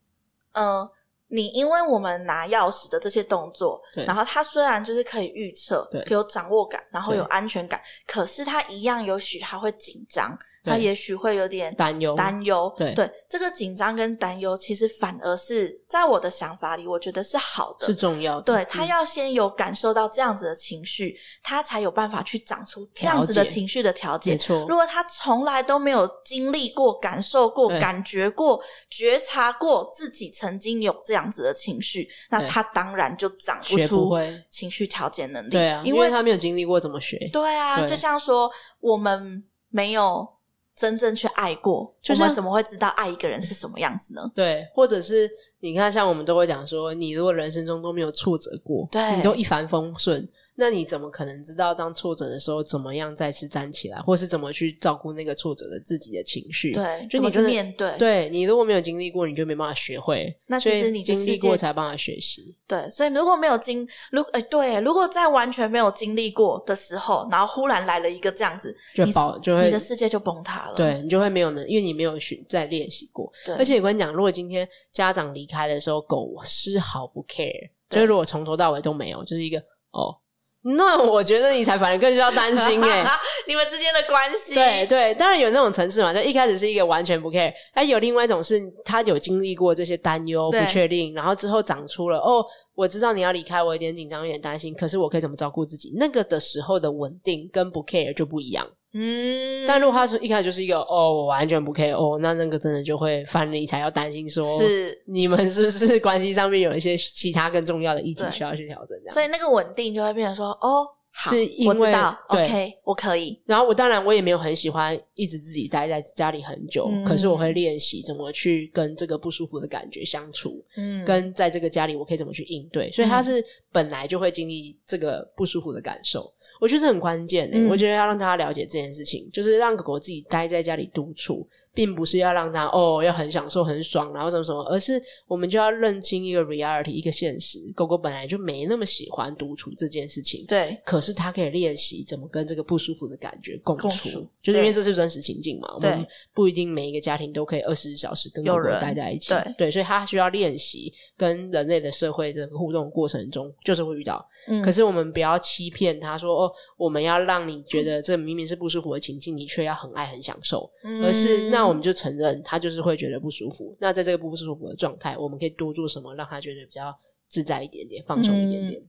Speaker 2: 嗯，你因为我们拿钥匙的这些动作
Speaker 1: 对，
Speaker 2: 然后它虽然就是可以预测
Speaker 1: 对，
Speaker 2: 有掌握感，然后
Speaker 1: 对
Speaker 2: 有安全感，可是它一样有许它会紧张，
Speaker 1: 对
Speaker 2: 他也许会有点
Speaker 1: 担忧，
Speaker 2: 担忧。
Speaker 1: 对
Speaker 2: 这个紧张跟担忧，其实反而是在我的想法里，我觉得是好的。
Speaker 1: 是重要的。
Speaker 2: 对他
Speaker 1: 嗯
Speaker 2: 要先有感受到这样子的情绪，他才有办法去长出这样子
Speaker 1: 调
Speaker 2: 的
Speaker 1: 节
Speaker 2: 情绪的调节
Speaker 1: 没。错
Speaker 2: 如，果他从来都没有经历过、感受过、
Speaker 1: 对
Speaker 2: 感觉过、觉察过自己曾经有这样子的情绪，那
Speaker 1: 对
Speaker 2: 他当然就长不
Speaker 1: 学不
Speaker 2: 出
Speaker 1: 会。
Speaker 2: 情绪调节能力。
Speaker 1: 对啊，因
Speaker 2: 因为
Speaker 1: 为他没有经历过怎么学，
Speaker 2: 对啊，
Speaker 1: 对
Speaker 2: 就像说我们没有真正去爱过，
Speaker 1: 就
Speaker 2: 我们
Speaker 1: 像
Speaker 2: 怎么会知道爱一个人是什么样子呢？
Speaker 1: 对，或者是你看，像我们都会讲说，你如果人生中都没有挫折过，
Speaker 2: 对
Speaker 1: 你都一帆风顺，那你怎么可能知道当挫折的时候怎么样再次站起来，或是怎么去照顾那个挫折的自己的情绪？
Speaker 2: 对，
Speaker 1: 嗯就
Speaker 2: 怎么
Speaker 1: 你
Speaker 2: 去
Speaker 1: 真的
Speaker 2: 面对，
Speaker 1: 对你如果没有经历过，你就没办法学会。
Speaker 2: 那其实
Speaker 1: 所以
Speaker 2: 你的
Speaker 1: 经历
Speaker 2: 世界
Speaker 1: 过才办法学习。
Speaker 2: 对，所以如果没有经，如哎、对，如果在完全没有经历过的时候，然后忽然来了一个这样子，
Speaker 1: 就
Speaker 2: 你
Speaker 1: 爆就会
Speaker 2: 你的世界就崩塌了。
Speaker 1: 对你就会没有能，因为你没有学再练习过。
Speaker 2: 对，
Speaker 1: 而且我跟你讲，如果今天家长离开的时候，狗丝毫不 care，就
Speaker 2: 对
Speaker 1: 是如果从头到尾都没有，就是一个哦，那我觉得你才反而更需要担 心哎、
Speaker 2: 你们之间的关系，
Speaker 1: 对对，当然有那种层次嘛，就一开始是一个完全不 care，那有另外一种是他有经历过这些担忧、不
Speaker 2: 对
Speaker 1: 确定，然后之后长出了哦，我知道你要离开，我有点紧张，有点担心，可是我可以怎么照顾自己？那个的时候的稳定跟不 care 就不一样。
Speaker 2: 嗯，
Speaker 1: 但如果他是一开始就是一个哦，我完全不 care 哦，那那个真的就会翻理才要担心说，
Speaker 2: 是，
Speaker 1: 你们是不是关系上面有一些其他更重要的议题
Speaker 2: 对
Speaker 1: 需要去调整？这样，
Speaker 2: 所以那个稳定就会变成说，哦，好，
Speaker 1: 是因
Speaker 2: 我知
Speaker 1: 为
Speaker 2: 道
Speaker 1: 对
Speaker 2: ，OK，我可以，
Speaker 1: 然后我当然我也没有很喜欢一直自己待在家里很久，
Speaker 2: 嗯
Speaker 1: 可是我会练习怎么去跟这个不舒服的感觉相处，
Speaker 2: 嗯，
Speaker 1: 跟在这个家里我可以怎么去应对。所以他
Speaker 2: 嗯
Speaker 1: 是本来就会经历这个不舒服的感受，我觉得这很关键、欸。
Speaker 2: 嗯
Speaker 1: 我觉得要让大家了解这件事情，就是让狗狗自己待在家里独处，并不是要让它哦要很享受很爽，然后什么什么，而是我们就要认清一个 reality 一个现实，狗狗本来就没那么喜欢独处这件事情。
Speaker 2: 对，
Speaker 1: 可是他可以练习怎么跟这个不舒服的感觉共处，
Speaker 2: 共处
Speaker 1: 就是因为
Speaker 2: 对
Speaker 1: 这是真实情境嘛。我们
Speaker 2: 对
Speaker 1: 不一定每一个家庭都可以二十四小时跟狗
Speaker 2: 有
Speaker 1: 狗
Speaker 2: 人
Speaker 1: 待在一起，
Speaker 2: 对
Speaker 1: 所以他需要练习跟人类的社会这个互动过程中，就是会遇到。
Speaker 2: 嗯，
Speaker 1: 可是我们不要欺骗他说哦，我们要让你觉得这明明是不舒服的情境，你却要很爱很享受，而
Speaker 2: 嗯
Speaker 1: 是那我们就承认他就是会觉得不舒服。那在这个不舒服的状态，我们可以多做什么，让他觉得比较自在一点点，放松一点点。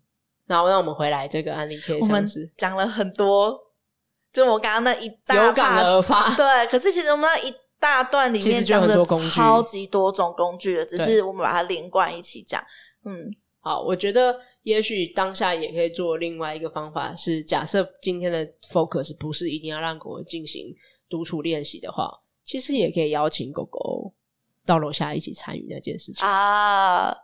Speaker 1: 然后让我们回来这个案例贴
Speaker 2: 嗯我们
Speaker 1: 上是
Speaker 2: 讲了很多，就我刚刚那一大
Speaker 1: 有感
Speaker 2: 趴，
Speaker 1: 而发，
Speaker 2: 对，可是其实我们那一大段里
Speaker 1: 其
Speaker 2: 面
Speaker 1: 实就有
Speaker 2: 讲
Speaker 1: 很
Speaker 2: 了
Speaker 1: 多工具
Speaker 2: 超级多种工具的，只
Speaker 1: 对
Speaker 2: 是我们把它连贯一起讲，嗯，
Speaker 1: 好，我觉得也许当下也可以做另外一个方法是，假设今天的 focus 不是一定要让狗狗进行独处练习的话，其实也可以邀请狗狗到楼下一起参与那件事情。
Speaker 2: 啊，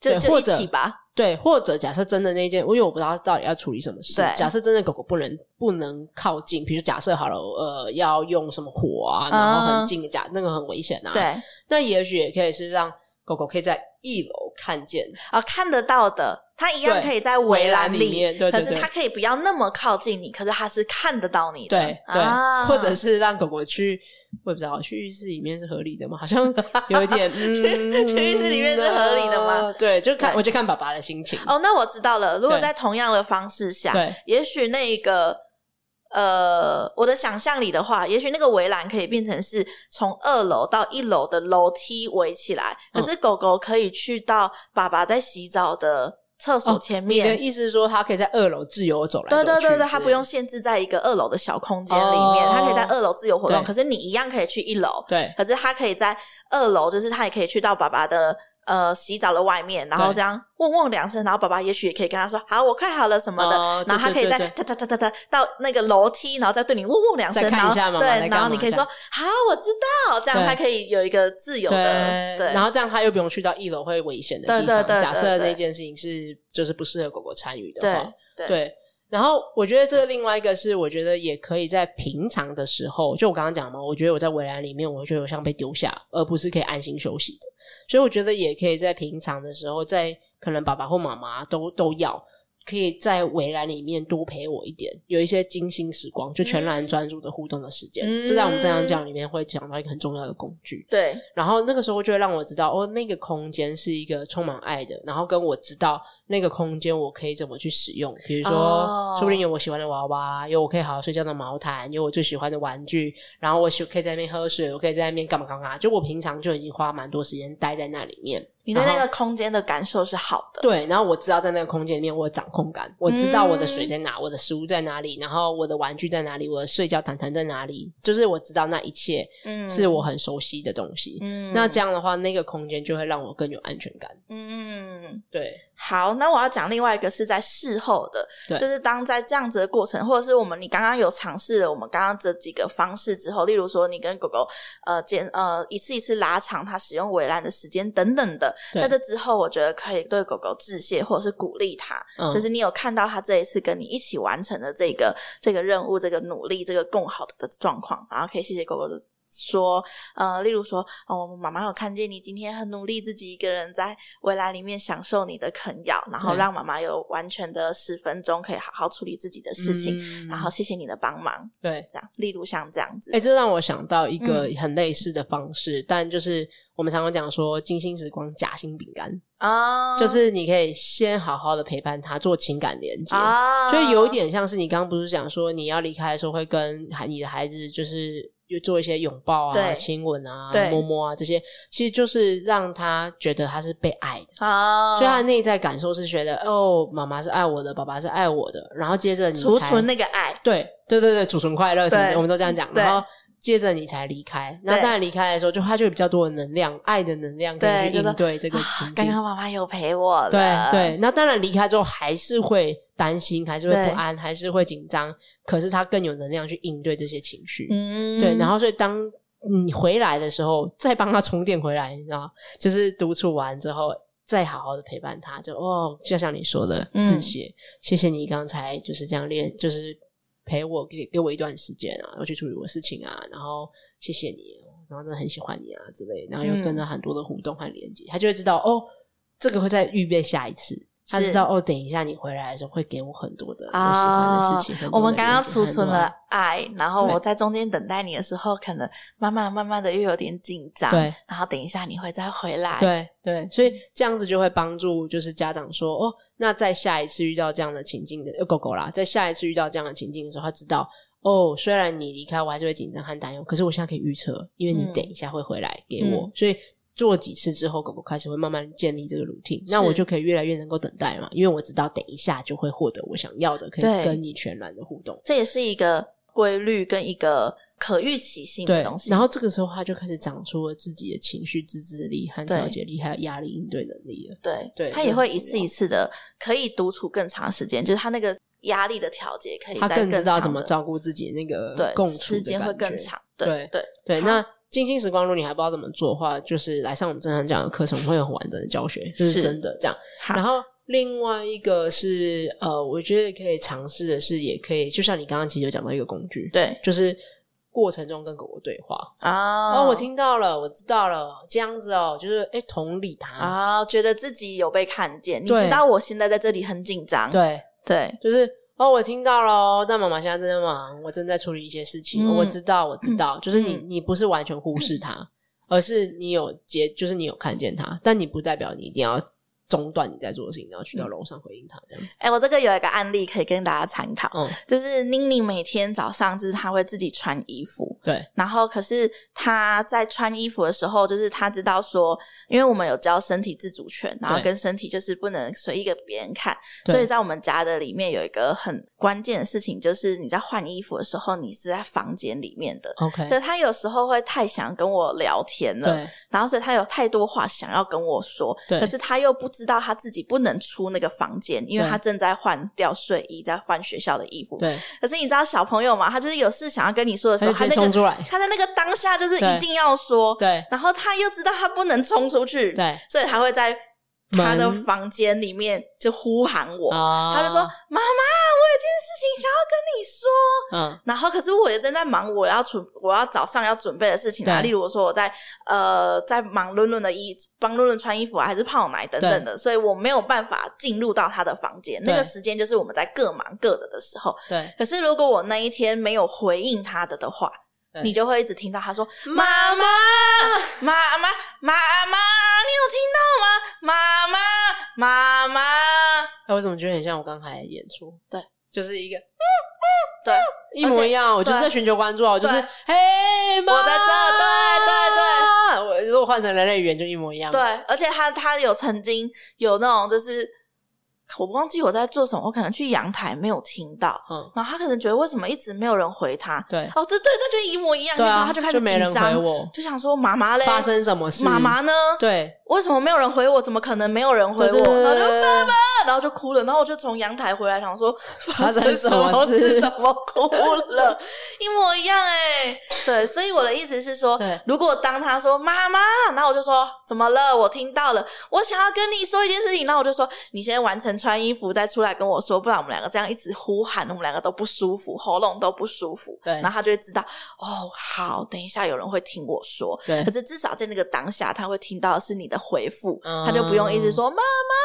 Speaker 2: 就
Speaker 1: 对
Speaker 2: 就
Speaker 1: 或
Speaker 2: 一
Speaker 1: 者
Speaker 2: 起吧，
Speaker 1: 对，或者假设真的那件，因为我不知道到底要处理什么事
Speaker 2: 对。
Speaker 1: 假设真的狗狗不能不能靠近，比如假设好了，呃，要用什么火啊，然后很近，假那个很危险啊。，
Speaker 2: 嗯对，
Speaker 1: 那也许也可以是让狗狗可以在一楼看见，
Speaker 2: 哦，看得到的，它一样
Speaker 1: 对
Speaker 2: 可以在
Speaker 1: 围
Speaker 2: 围
Speaker 1: 栏
Speaker 2: 栏
Speaker 1: 里面对对
Speaker 2: 可是
Speaker 1: 对
Speaker 2: 它可以不要那么靠近你，可是它是看得到你的，
Speaker 1: 对对，
Speaker 2: 啊、
Speaker 1: 或者是让狗狗去，我也不知道去浴室里面是合理的吗？好像有一点，嗯，
Speaker 2: 去浴室里面是合理的吗
Speaker 1: 呃对，就看
Speaker 2: 对
Speaker 1: 我就看爸爸的心情。
Speaker 2: 哦，那我知道了，如果
Speaker 1: 对
Speaker 2: 在同样的方式下，
Speaker 1: 对
Speaker 2: 也许那个呃，我的想象里的话，也许那个围栏可以变成是从二楼到一楼的楼梯围起来，可
Speaker 1: 嗯
Speaker 2: 是狗狗可以去到爸爸在洗澡的厕所
Speaker 1: 哦
Speaker 2: 前
Speaker 1: 你的
Speaker 2: 面。
Speaker 1: 意思是说，它可以在二楼自由走来
Speaker 2: 对
Speaker 1: 走
Speaker 2: 对
Speaker 1: 去
Speaker 2: 对对，
Speaker 1: 它
Speaker 2: 它不用限制在一个二楼的小空间里面，它可以在
Speaker 1: 哦
Speaker 2: 二楼自由活动。
Speaker 1: 对
Speaker 2: 可是你一样可以去一楼，
Speaker 1: 对
Speaker 2: 可是它可以在二楼，就是它也可以去到爸爸的呃洗澡的外面，然后
Speaker 1: 对
Speaker 2: 这样嗡嗡两声，然后爸爸也许也可以跟他说：“好，我快好了什么的。
Speaker 1: 哦
Speaker 2: 然后他可
Speaker 1: 对
Speaker 2: 以
Speaker 1: 对
Speaker 2: 再
Speaker 1: 对
Speaker 2: 哒哒哒哒哒到那个楼梯，然后再对你嗡嗡两声，
Speaker 1: 再看一
Speaker 2: 然后
Speaker 1: 下妈妈在
Speaker 2: 对，
Speaker 1: 干
Speaker 2: 然后你
Speaker 1: 嘛
Speaker 2: 可以
Speaker 1: 这
Speaker 2: 说：“
Speaker 1: 样
Speaker 2: 好，我知道。”这样
Speaker 1: 对
Speaker 2: 他可以有一个自由的对，
Speaker 1: 然后这样它又不用去到一楼会危险的地
Speaker 2: 对
Speaker 1: 方。
Speaker 2: 对对
Speaker 1: 假
Speaker 2: 对
Speaker 1: 设
Speaker 2: 对
Speaker 1: 那件事情是就是不适合狗狗参与的
Speaker 2: 对
Speaker 1: 话，
Speaker 2: 对
Speaker 1: 对。然后我觉得这另外一个是，我觉得也可以在平常的时候，就我刚刚讲嘛，我觉得我在围栏里面，我觉得我像被丢下，而不是可以安心休息的。所以我觉得也可以在平常的时候，在可能爸爸或妈妈都都要，可以在围栏里面多陪我一点，有一些精心时光，就全然专注的互动的时间。
Speaker 2: 嗯
Speaker 1: 这在我们正常讲里面会讲到一个很重要的工具。
Speaker 2: 对
Speaker 1: 然后那个时候就会让我知道，哦，那个空间是一个充满爱的，然后跟我知道那个空间我可以怎么去使用。比如说，
Speaker 2: 哦
Speaker 1: 说不定有我喜欢的娃娃，有我可以好好睡觉的毛毯，有我最喜欢的玩具，然后我喜可以在那边喝水，我可以在那边干嘛干嘛。就我平常就已经花蛮多时间待在那里面，
Speaker 2: 你对那
Speaker 1: 然
Speaker 2: 个空间的感受是好的，
Speaker 1: 对，然后我知道在那个空间里面我有掌控感，我知道我的
Speaker 2: 嗯
Speaker 1: 水在哪，我的食物在哪里，然后我的玩具在哪里，我的睡觉毯毯在哪里，就是我知道那一切
Speaker 2: 嗯
Speaker 1: 是我很熟悉的东西。
Speaker 2: 嗯
Speaker 1: 那这样的话，那个空间就会让我更有安全感。
Speaker 2: 嗯。
Speaker 1: 对，
Speaker 2: 好，那我要讲另外一个是在事后的，
Speaker 1: 对
Speaker 2: 就是当在这样子的过程，或者是我们你刚刚有尝试了我们刚刚这几个方式之后，例如说你跟狗狗呃间呃一次一次拉长它使用围栏的时间等等的，
Speaker 1: 对
Speaker 2: 在这之后，我觉得可以对狗狗致谢或者是鼓励它，
Speaker 1: 嗯，
Speaker 2: 就是你有看到它这一次跟你一起完成的这个这个任务、这个努力、这个共好的状况，然后可以谢谢狗狗的。说，呃，例如说，哦，妈妈有看见你今天很努力，自己一个人在围栏里面享受你的啃咬，然后
Speaker 1: 对
Speaker 2: 让妈妈有完全的十分钟可以好好处理自己的事情，
Speaker 1: 嗯
Speaker 2: 然后谢谢你的帮忙，
Speaker 1: 对，嗯
Speaker 2: 这样，例如像这样子，
Speaker 1: 哎、这让我想到一个很类似的方式，但就是我们常常讲说“金星时光，夹心饼干
Speaker 2: 啊”，
Speaker 1: 哎就是你可以先好好的陪伴他，做情感连接。
Speaker 2: 啊，
Speaker 1: 所以有一点像是你刚刚不是讲说你要离开的时候会跟孩你的孩子就是又做一些拥抱啊、
Speaker 2: 对
Speaker 1: 亲吻啊
Speaker 2: 对、
Speaker 1: 摸摸啊这些，其实就是让他觉得他是被爱的，
Speaker 2: 啊，
Speaker 1: 所以他的内在感受是觉得哦，妈妈是爱我的，爸爸是爱我的，然后接着你
Speaker 2: 储
Speaker 1: 才
Speaker 2: 存那个爱，
Speaker 1: 对对对对，储存快乐什么
Speaker 2: 对嗯
Speaker 1: 的，我们都这样讲。
Speaker 2: 对
Speaker 1: 然后接着你才离开，那
Speaker 2: 对
Speaker 1: 当然离开的时候，就他就有比较多的能量，爱的能量，可以
Speaker 2: 对
Speaker 1: 去
Speaker 2: 觉得
Speaker 1: 应对这个情
Speaker 2: 啊刚
Speaker 1: 境。
Speaker 2: 刚妈妈有陪我了，
Speaker 1: 对对，那当然离开之后还是会担心，还是会
Speaker 2: 对
Speaker 1: 不安，还是会紧张，可是他更有能量去应对这些情绪。
Speaker 2: 嗯
Speaker 1: 对，然后所以当你回来的时候，再帮他充电回来，你知道吗，就是独处完之后。再好好的陪伴他，就哦，就像你说的，
Speaker 2: 嗯
Speaker 1: 致谢，谢谢你刚才就是这样练，就是陪我给给我一段时间啊，要去处理我的事情啊，然后谢谢你，哦然后真的很喜欢你啊之类，然后又
Speaker 2: 嗯
Speaker 1: 跟着很多的互动和连接，他就会知道哦，这个会再预备下一次，他知道哦，等一下你回来的时候会给我很多的我喜欢的事情。很多
Speaker 2: 啊我
Speaker 1: 的
Speaker 2: 们刚刚
Speaker 1: 连接
Speaker 2: 储存，
Speaker 1: 很
Speaker 2: 了爱，然后
Speaker 1: 对
Speaker 2: 我在中间等待你的时候，可能慢慢慢慢的又有点紧张，
Speaker 1: 多的对，
Speaker 2: 然后等一下你会再回来，嗯
Speaker 1: 对对，所以这样子就会帮助就是家长说哦，那在下一次遇到这样的情境的、呃、狗狗啦，在下一次遇到这样的情境的时候，他知道哦，虽然你离开我还是会紧张和担忧，可是我现在可以预测，因为你
Speaker 2: 嗯
Speaker 1: 等一下会回来给我，
Speaker 2: 嗯
Speaker 1: 所以。做几次之后，狗狗开始会慢慢建立这个 routine，那我
Speaker 2: 是
Speaker 1: 就可以越来越能够等待嘛，因为我知道等一下就会获得我想要的，可
Speaker 2: 对
Speaker 1: 以跟你全然的互动。
Speaker 2: 这也是一个规律跟一个可预期性的
Speaker 1: 对
Speaker 2: 东，西。
Speaker 1: 然后这个时候它就开始长出了自己的情绪自制力和调
Speaker 2: 对
Speaker 1: 节力，还有压力应对能力了。
Speaker 2: 对，
Speaker 1: 对
Speaker 2: 他也会一次一次的可以独处更长时间，就是他那个压力的调节可以
Speaker 1: 他
Speaker 2: 在
Speaker 1: 更知道
Speaker 2: 长
Speaker 1: 怎么
Speaker 2: 的
Speaker 1: 照顾自己那个
Speaker 2: 对
Speaker 1: 共处
Speaker 2: 时
Speaker 1: 的
Speaker 2: 间
Speaker 1: 感
Speaker 2: 会更
Speaker 1: 觉
Speaker 2: 长，
Speaker 1: 对
Speaker 2: 对
Speaker 1: 对，
Speaker 2: 好
Speaker 1: 那金星时光，如果你还不知道怎么做的话，就是来上我们正常讲的课程，我们会有很完整的教学，这
Speaker 2: 是
Speaker 1: 是真的这样。
Speaker 2: 好
Speaker 1: 然后另外一个是呃，我觉得可以尝试的是，也可以就像你刚刚其实有讲到一个工具，
Speaker 2: 对
Speaker 1: 就是过程中跟狗狗对话。
Speaker 2: 啊
Speaker 1: 哦，我听到了，我知道了，这样子哦，就是哎，同理他，
Speaker 2: 啊，觉得自己有被看见，你
Speaker 1: 对
Speaker 2: 知道我现在在这里很紧张，
Speaker 1: 对，
Speaker 2: 对，
Speaker 1: 就是哦，我听到喽，但妈妈现在正在忙，我正在处理一些事情，哦
Speaker 2: 嗯
Speaker 1: 我知道，我知道，就是你，
Speaker 2: 嗯
Speaker 1: 你不是完全忽视它，而是你有接，就是你有看见它，但你不代表你一定要中断你在做的事情，然后去
Speaker 2: 嗯
Speaker 1: 到楼上回应它这样子。
Speaker 2: 哎、我这个有一个案例可以跟大家参考，
Speaker 1: 嗯，
Speaker 2: 就是宁宁每天早上就是她会自己穿衣服，
Speaker 1: 对，
Speaker 2: 然后可是她在穿衣服的时候，就是她知道说，因为我们有教身体自主权，然后
Speaker 1: 对
Speaker 2: 跟身体就是不能随意给别人看，
Speaker 1: 对
Speaker 2: 所以在我们家的里面有一个很关键的事情，就是你在换衣服的时候，你是在房间里面的。
Speaker 1: ，OK，
Speaker 2: 可是她有时候会太想跟我聊天了，
Speaker 1: 对
Speaker 2: 然后所以她有太多话想要跟我说，
Speaker 1: 对
Speaker 2: 可是他又不知道他自己不能出那个房间，因为
Speaker 1: 对
Speaker 2: 他正在换掉睡衣，在换学校的衣服。
Speaker 1: 对，
Speaker 2: 可是你知道小朋友嘛，他就是有事想要跟你说的时
Speaker 1: 他
Speaker 2: 候，
Speaker 1: 就
Speaker 2: 他
Speaker 1: 直接
Speaker 2: 那
Speaker 1: 冲
Speaker 2: 个哦
Speaker 1: 出来，
Speaker 2: 他在那个当下就是
Speaker 1: 对
Speaker 2: 一定要说，
Speaker 1: 对
Speaker 2: 然后他又知道他不能冲出去，
Speaker 1: 对
Speaker 2: 所以他会在他的
Speaker 1: 门
Speaker 2: 房间里面就呼喊我，
Speaker 1: 啊
Speaker 2: 他就说：“妈妈，我有件事情想要跟你说。”
Speaker 1: 嗯，
Speaker 2: 然后可是我也正在忙我要准我要早上要准备的事情啊，
Speaker 1: 对
Speaker 2: 例如说我在呃在忙伦伦的衣帮伦伦穿衣服啊，还是泡奶等等的，所以我没有办法进入到他的房间。
Speaker 1: 对
Speaker 2: 那个时间就是我们在各忙各的的时候。
Speaker 1: 对
Speaker 2: 可是如果我那一天没有回应他的的话，
Speaker 1: 对
Speaker 2: 你就会一直听到他说
Speaker 1: 妈
Speaker 2: 妈妈妈妈妈妈，你有听到吗？妈妈妈妈，
Speaker 1: 哎，我怎么觉得很像我刚才演出？
Speaker 2: 对，
Speaker 1: 就是一个
Speaker 2: 对，
Speaker 1: 一模一样，我就是在寻求关注啊，我就是
Speaker 2: 对
Speaker 1: 嘿，妈
Speaker 2: 我在
Speaker 1: 对对
Speaker 2: 这
Speaker 1: 对，我如果换成人类语言就一模一样，
Speaker 2: 对，，而且他他有曾经有那种就是。我忘记我在做什么，我可能去阳台没有听到，
Speaker 1: 嗯，
Speaker 2: 然后他可能觉得为什么一直没有人回他？
Speaker 1: 对，
Speaker 2: 哦，这对，那就一模一样，
Speaker 1: 对
Speaker 2: 然
Speaker 1: 啊，
Speaker 2: 后他就开始
Speaker 1: 没人
Speaker 2: 紧
Speaker 1: 回
Speaker 2: 张，
Speaker 1: 我，
Speaker 2: 就想说妈妈嘞，
Speaker 1: 发生什么事？
Speaker 2: 妈妈呢？
Speaker 1: 对，
Speaker 2: 为什么没有人回我？怎么可能没有人回
Speaker 1: 对对
Speaker 2: 我？
Speaker 1: 对
Speaker 2: 然后就
Speaker 1: 对
Speaker 2: 爸爸，然后就哭了。然后我就从阳台回来，想 说发
Speaker 1: 发生
Speaker 2: 生
Speaker 1: 什么
Speaker 2: 么
Speaker 1: 事
Speaker 2: 怎么哭了？一模一样哎、 对，所以我的意思是说
Speaker 1: 对，
Speaker 2: 如果当他说妈妈，然后我就说怎么了？我听到了，我想要跟你说一件事情。然后我就说你先完成穿衣服，再出来跟我说，不然我们两个这样一直呼喊，我们两个都不舒服，喉咙都不舒服。
Speaker 1: 对
Speaker 2: 然后他就会知道哦，好，等一下有人会听我说。
Speaker 1: 对
Speaker 2: 可，是至少在那个当下，他会听到的是你的回复，
Speaker 1: 嗯
Speaker 2: 他就不用一 直说妈。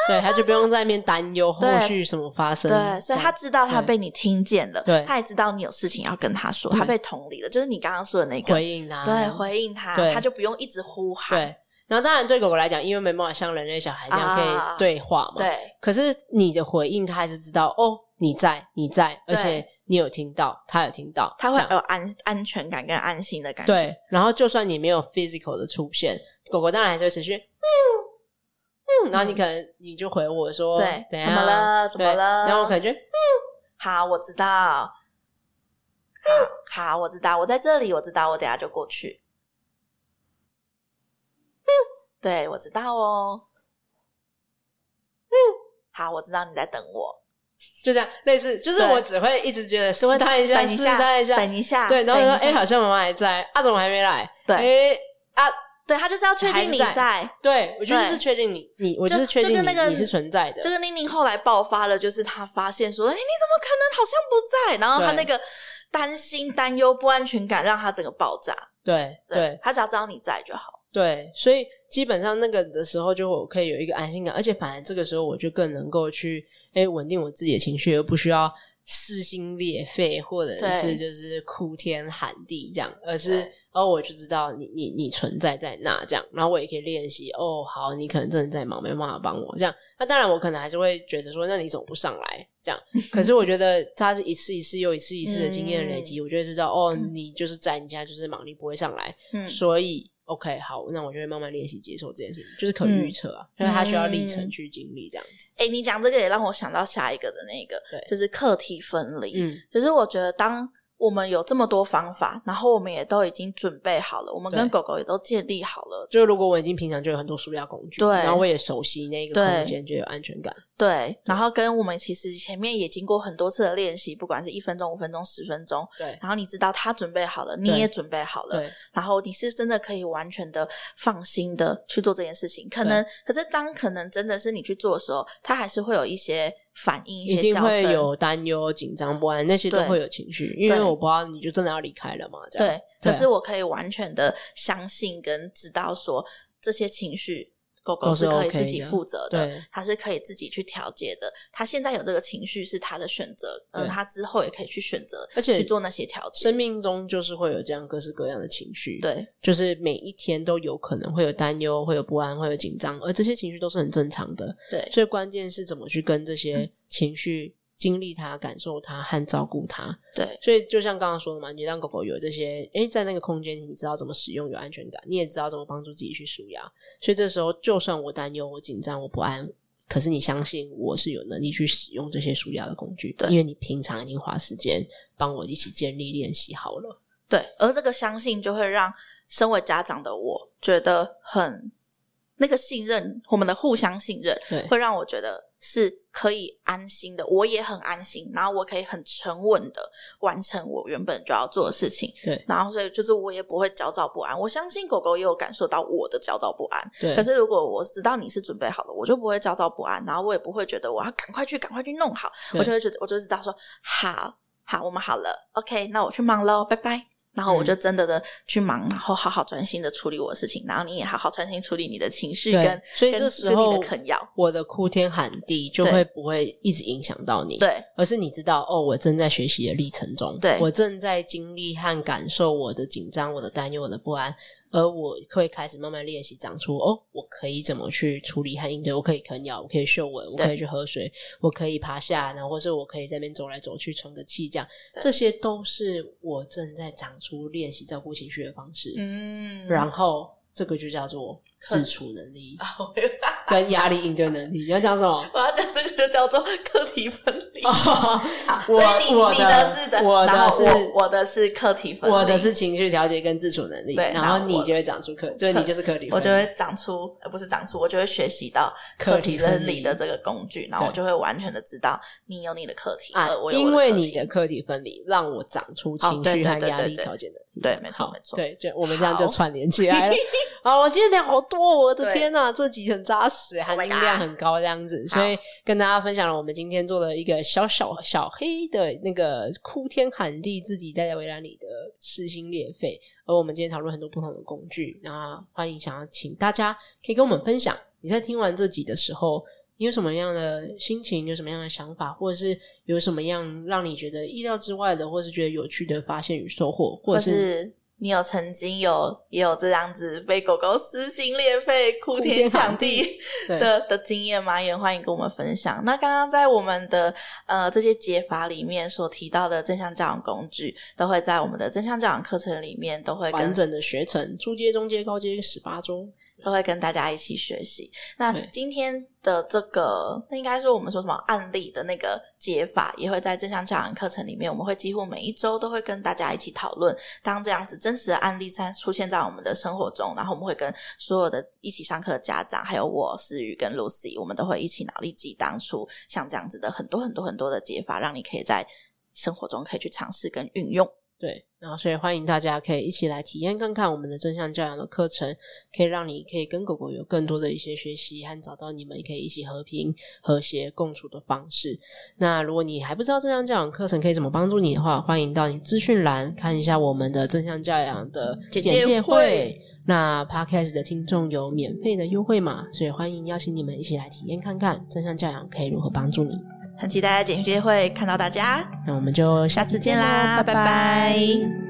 Speaker 1: 对，他就不用在那边担忧后
Speaker 2: 对
Speaker 1: 续什么发生，
Speaker 2: 对，所以他知道他
Speaker 1: 对
Speaker 2: 被你听见了，
Speaker 1: 对
Speaker 2: 他也知道你有事情要跟他说，
Speaker 1: 对
Speaker 2: 他被同理了，就是你刚刚说的那个，
Speaker 1: 回应他，
Speaker 2: 对，回应他
Speaker 1: 对，
Speaker 2: 他就不用一直呼喊，
Speaker 1: 对。然后当然对狗狗来讲，因为没办法像人类小孩那样可
Speaker 2: 啊
Speaker 1: 以对话嘛，
Speaker 2: 对
Speaker 1: 可是你的回应，他还是知道哦，你在，你在，而
Speaker 2: 对
Speaker 1: 且你有听到，他有听到，
Speaker 2: 他会
Speaker 1: 这样
Speaker 2: 有安安全感跟安心的感觉。
Speaker 1: 对。然后就算你没有 physical 的出现，狗狗当然还是会持续，嗯嗯。然后你可能你就回我说，
Speaker 2: 对
Speaker 1: 怎
Speaker 2: 怎么了怎么
Speaker 1: 对
Speaker 2: 了
Speaker 1: 然后我可能就
Speaker 2: 好，我知道，好，好，我知道，我在这里，我知道，我等一下就过去。对，我知道哦。
Speaker 1: 嗯
Speaker 2: 好，我知道你在等我。
Speaker 1: 就这样，类似，就是
Speaker 2: 对
Speaker 1: 我只会一直觉得试
Speaker 2: 就会
Speaker 1: 探一下，
Speaker 2: 等一
Speaker 1: 试
Speaker 2: 下，
Speaker 1: 探一下，
Speaker 2: 等一下，
Speaker 1: 对。然后我说，
Speaker 2: 等
Speaker 1: 哎，
Speaker 2: 一下
Speaker 1: 好像妈妈还在，啊，怎么还没来？
Speaker 2: 对
Speaker 1: 哎，啊，
Speaker 2: 对他就是要确定你
Speaker 1: 还是
Speaker 2: 在，
Speaker 1: 对，我觉得就是
Speaker 2: 对
Speaker 1: 确定你，你，我就是
Speaker 2: 就
Speaker 1: 确定
Speaker 2: 就
Speaker 1: 你
Speaker 2: 跟那个
Speaker 1: 你是存在的
Speaker 2: 就，跟宁宁后来爆发了，就是他发现说，哎，你怎么可能好像不在？然后他
Speaker 1: 对
Speaker 2: 那个担心、担忧、不安全感让他整个爆炸。
Speaker 1: 对对。
Speaker 2: 他只要知道你在就好。
Speaker 1: 对，所以基本上那个的时候，就我可以有一个安心感，而且反而这个时候我就更能够去哎稳定我自己的情绪，而不需要撕心裂肺或者
Speaker 2: 对
Speaker 1: 是就是哭天喊地这样，而是
Speaker 2: 对
Speaker 1: 哦我就知道你你你存在在那这样，然后我也可以练习哦，好，你可能真的在忙，没办法帮我这样。那当然我可能还是会觉得说，那你怎么不上来这 样？可是我觉得他是一次一次又一次一次的经验的
Speaker 2: 嗯
Speaker 1: 累积，我就会知道哦，你就是在你家就是忙，你不会上来，
Speaker 2: 嗯，
Speaker 1: 所以 OK 好，那我就会慢慢练习接受这件事情，就是
Speaker 2: 嗯
Speaker 1: 可预测啊，因为它需要历程去经历这样子。
Speaker 2: 哎，你讲这个也让我想到下一个的那个
Speaker 1: 对，
Speaker 2: 就是课题分离。
Speaker 1: 嗯，
Speaker 2: 只是我觉得，当我们有这么多方法，然后我们也都已经准备好了，我们跟
Speaker 1: 对
Speaker 2: 狗狗也都建立好了，
Speaker 1: 就如果我已经平常就有很多舒压工具，
Speaker 2: 对
Speaker 1: 然后我也熟悉那个
Speaker 2: 对
Speaker 1: 空间，就有安全感。
Speaker 2: 对，然后跟我们其实前面也经过很多次的练习，不管是一分钟、五分钟、十分钟，
Speaker 1: 对
Speaker 2: 然后你知道他准备好了，你
Speaker 1: 对
Speaker 2: 也准备好了，
Speaker 1: 对
Speaker 2: 然后你是真的可以完全的放心的去做这件事情。可
Speaker 1: 对
Speaker 2: 能，可是当可能真的是你去做的时候，他还是会有一些反应，
Speaker 1: 一
Speaker 2: 些
Speaker 1: 定
Speaker 2: 叫
Speaker 1: 会
Speaker 2: 声。
Speaker 1: 有担忧、紧张、不安，那些都
Speaker 2: 对
Speaker 1: 会有情绪，因为
Speaker 2: 对
Speaker 1: 我不知道你就真的要离开了嘛，这样
Speaker 2: 对，可
Speaker 1: 啊
Speaker 2: 是我可以完全的相信跟知道说这些情绪，狗狗
Speaker 1: 都是
Speaker 2: 是可以
Speaker 1: OK
Speaker 2: 自己
Speaker 1: 的
Speaker 2: 负责的，
Speaker 1: 对
Speaker 2: 它是可以自己去调节的。它现在有这个情绪是它的选择，嗯，
Speaker 1: 对
Speaker 2: 它之后也可以去选择，
Speaker 1: 而且
Speaker 2: 去做那些调节
Speaker 1: 生。命中就是会有这样各式各样的情绪，，
Speaker 2: 对
Speaker 1: 就是每一天都有可能会有担忧、会有不安、会有紧张，而这些情绪都是很正常的。
Speaker 2: 对
Speaker 1: 所以关键是怎么去跟这
Speaker 2: 嗯
Speaker 1: 些情绪经历它、感受它和照顾它。
Speaker 2: 对
Speaker 1: 所以就像刚刚说的嘛，你让狗狗有这些，诶，在那个空间你知道怎么使用，有安全感，你也知道怎么帮助自己去舒压。所以这时候，就算我担忧、我紧张、我不安，可是你相信我是有能力去使用这些舒压的工具的，
Speaker 2: 对
Speaker 1: 因为你平常已经花时间帮我一起建立练习好了。
Speaker 2: 对，而这个相信就会让身为家长的我觉得很那个信任，我们的互相信任，
Speaker 1: 对
Speaker 2: 会让我觉得是可以安心的，我也很安心，然后我可以很沉稳的完成我原本就要做的事情，
Speaker 1: 对
Speaker 2: 然后所以就是我也不会焦躁不安。我相信狗狗也有感受到我的焦躁不安，
Speaker 1: 对，
Speaker 2: 可是如果我知道你是准备好的，我就不会焦躁不安，然后我也不会觉得我要赶快去赶快去弄好，
Speaker 1: 对
Speaker 2: 我就会觉得我就知道说好好我们好了，OK，那我去忙喽，拜拜。然后我
Speaker 1: 嗯
Speaker 2: 就真的的去忙，然后好好专心的处理我的事情，然后你也好好专心处理你的情绪
Speaker 1: 对
Speaker 2: 跟
Speaker 1: 所以
Speaker 2: 跟
Speaker 1: 这时
Speaker 2: 跟
Speaker 1: 候
Speaker 2: 你的啃咬，
Speaker 1: 我的哭天喊地就
Speaker 2: 对
Speaker 1: 会不会一直影响到你？，
Speaker 2: 对
Speaker 1: 而是你知道哦，我正在学习的历程中，
Speaker 2: 对
Speaker 1: 我正在经历和感受我的紧张、我的担忧、我的不安，而我会开始慢慢练习，长出哦，我可以怎么去处理和应对，我可以啃咬，我可以嗅闻，我
Speaker 2: 对
Speaker 1: 可以去喝水，我可以爬下，然后或是我可以在那边走来走去喘个气，这样
Speaker 2: 对
Speaker 1: 这些都是我正在长出练习照顾情绪的方式。
Speaker 2: 嗯，
Speaker 1: 然后这个就叫做
Speaker 2: 啃
Speaker 1: 自处能力
Speaker 2: 啊我又
Speaker 1: 跟压力应对能力。你要讲什么？
Speaker 2: 我要讲这个就叫做课题分离。好
Speaker 1: 哦 我
Speaker 2: 所以你
Speaker 1: 我
Speaker 2: 你
Speaker 1: 的
Speaker 2: 的是的，
Speaker 1: 我的
Speaker 2: 然后
Speaker 1: 是
Speaker 2: 我我的是课题分离，
Speaker 1: 我的是情绪调节跟自处能力，
Speaker 2: 对
Speaker 1: 然
Speaker 2: 然
Speaker 1: 后
Speaker 2: 后
Speaker 1: 你
Speaker 2: 我
Speaker 1: 就会长出课，对
Speaker 2: 课
Speaker 1: 你就是课题分离，
Speaker 2: 我就会长出，呃，不是长出，我就会学习到
Speaker 1: 课
Speaker 2: 课
Speaker 1: 题
Speaker 2: 题
Speaker 1: 分离啊
Speaker 2: 分离的这个工具，然后我
Speaker 1: 对
Speaker 2: 就会完全的知道你有你的课题，
Speaker 1: 啊
Speaker 2: 呃，我，有我
Speaker 1: 因
Speaker 2: 的
Speaker 1: 为
Speaker 2: 课
Speaker 1: 你
Speaker 2: 题
Speaker 1: 的课题分离让我长出
Speaker 2: 哦
Speaker 1: 情
Speaker 2: 对
Speaker 1: 绪
Speaker 2: 对
Speaker 1: 和
Speaker 2: 对
Speaker 1: 压
Speaker 2: 对
Speaker 1: 力
Speaker 2: 对
Speaker 1: 调节能力。
Speaker 2: 对没错
Speaker 1: 好
Speaker 2: 没错
Speaker 1: 对，就我们这样就
Speaker 2: 好
Speaker 1: 串联起 来了。好，我今天聊好多，哦我的
Speaker 2: 对 Oh
Speaker 1: 天呐，这集很扎实，含
Speaker 2: my
Speaker 1: 金量很高，这样子，所以跟大家分享了我们今天做的一个小小小黑的那个哭天喊地，自己在围栏里的撕心裂肺。而我们今天讨论很多不同的工具，那欢迎想要请大家可以跟我们分享，你在听完这集的时候，你有什么样的心情，有什么样的想法，或者是有什么样让你觉得意料之外的，或是觉得有趣的发现与收获，或
Speaker 2: 或
Speaker 1: 者是
Speaker 2: 是你有曾经有也有这样子被狗狗撕心裂肺、哭
Speaker 1: 天
Speaker 2: 天
Speaker 1: 喊
Speaker 2: 抢地
Speaker 1: 对
Speaker 2: 的的经验吗？也欢迎跟我们分享。那刚刚在我们的呃这些解法里面所提到的正向教养工具，都会在我们的正向教养课程里面都会跟
Speaker 1: 完整的学程，初阶、中阶、高阶十八周，
Speaker 2: 都会跟大家一起学习。那
Speaker 1: 对
Speaker 2: 今天的这个，那应该是我们说什么案例的那个解法，也会在正向教养课程里面，我们会几乎每一周都会跟大家一起讨论。当这样子真实的案例在出现在我们的生活中，然后我们会跟所有的一起上课的家长，还有我思雨跟 Lucy，我们都会一起脑力激当初像这样子的很多很多很多的解法，让你可以在生活中可以去尝试跟运用。
Speaker 1: 对，然后所以欢迎大家可以一起来体验看看我们的正向教养的课程，可以让你可以跟狗狗有更多的一些学习，和找到你们可以一起和平、和谐共处的方式。那如果你还不知道正向教养课程可以怎么帮助你的话，欢迎到你资讯栏看一下我们的正向教养的
Speaker 2: 简介
Speaker 1: 简介会
Speaker 2: 会。
Speaker 1: 那 Podcast 的听众有免费的优惠码，所以欢迎邀请你们一起来体验看看正向教养可以如何帮助你。
Speaker 2: 很期待在简介会看到大家。
Speaker 1: 那我们就下
Speaker 2: 下
Speaker 1: 次
Speaker 2: 次
Speaker 1: 见
Speaker 2: 见
Speaker 1: 啦，
Speaker 2: 啦
Speaker 1: 拜拜
Speaker 2: 拜拜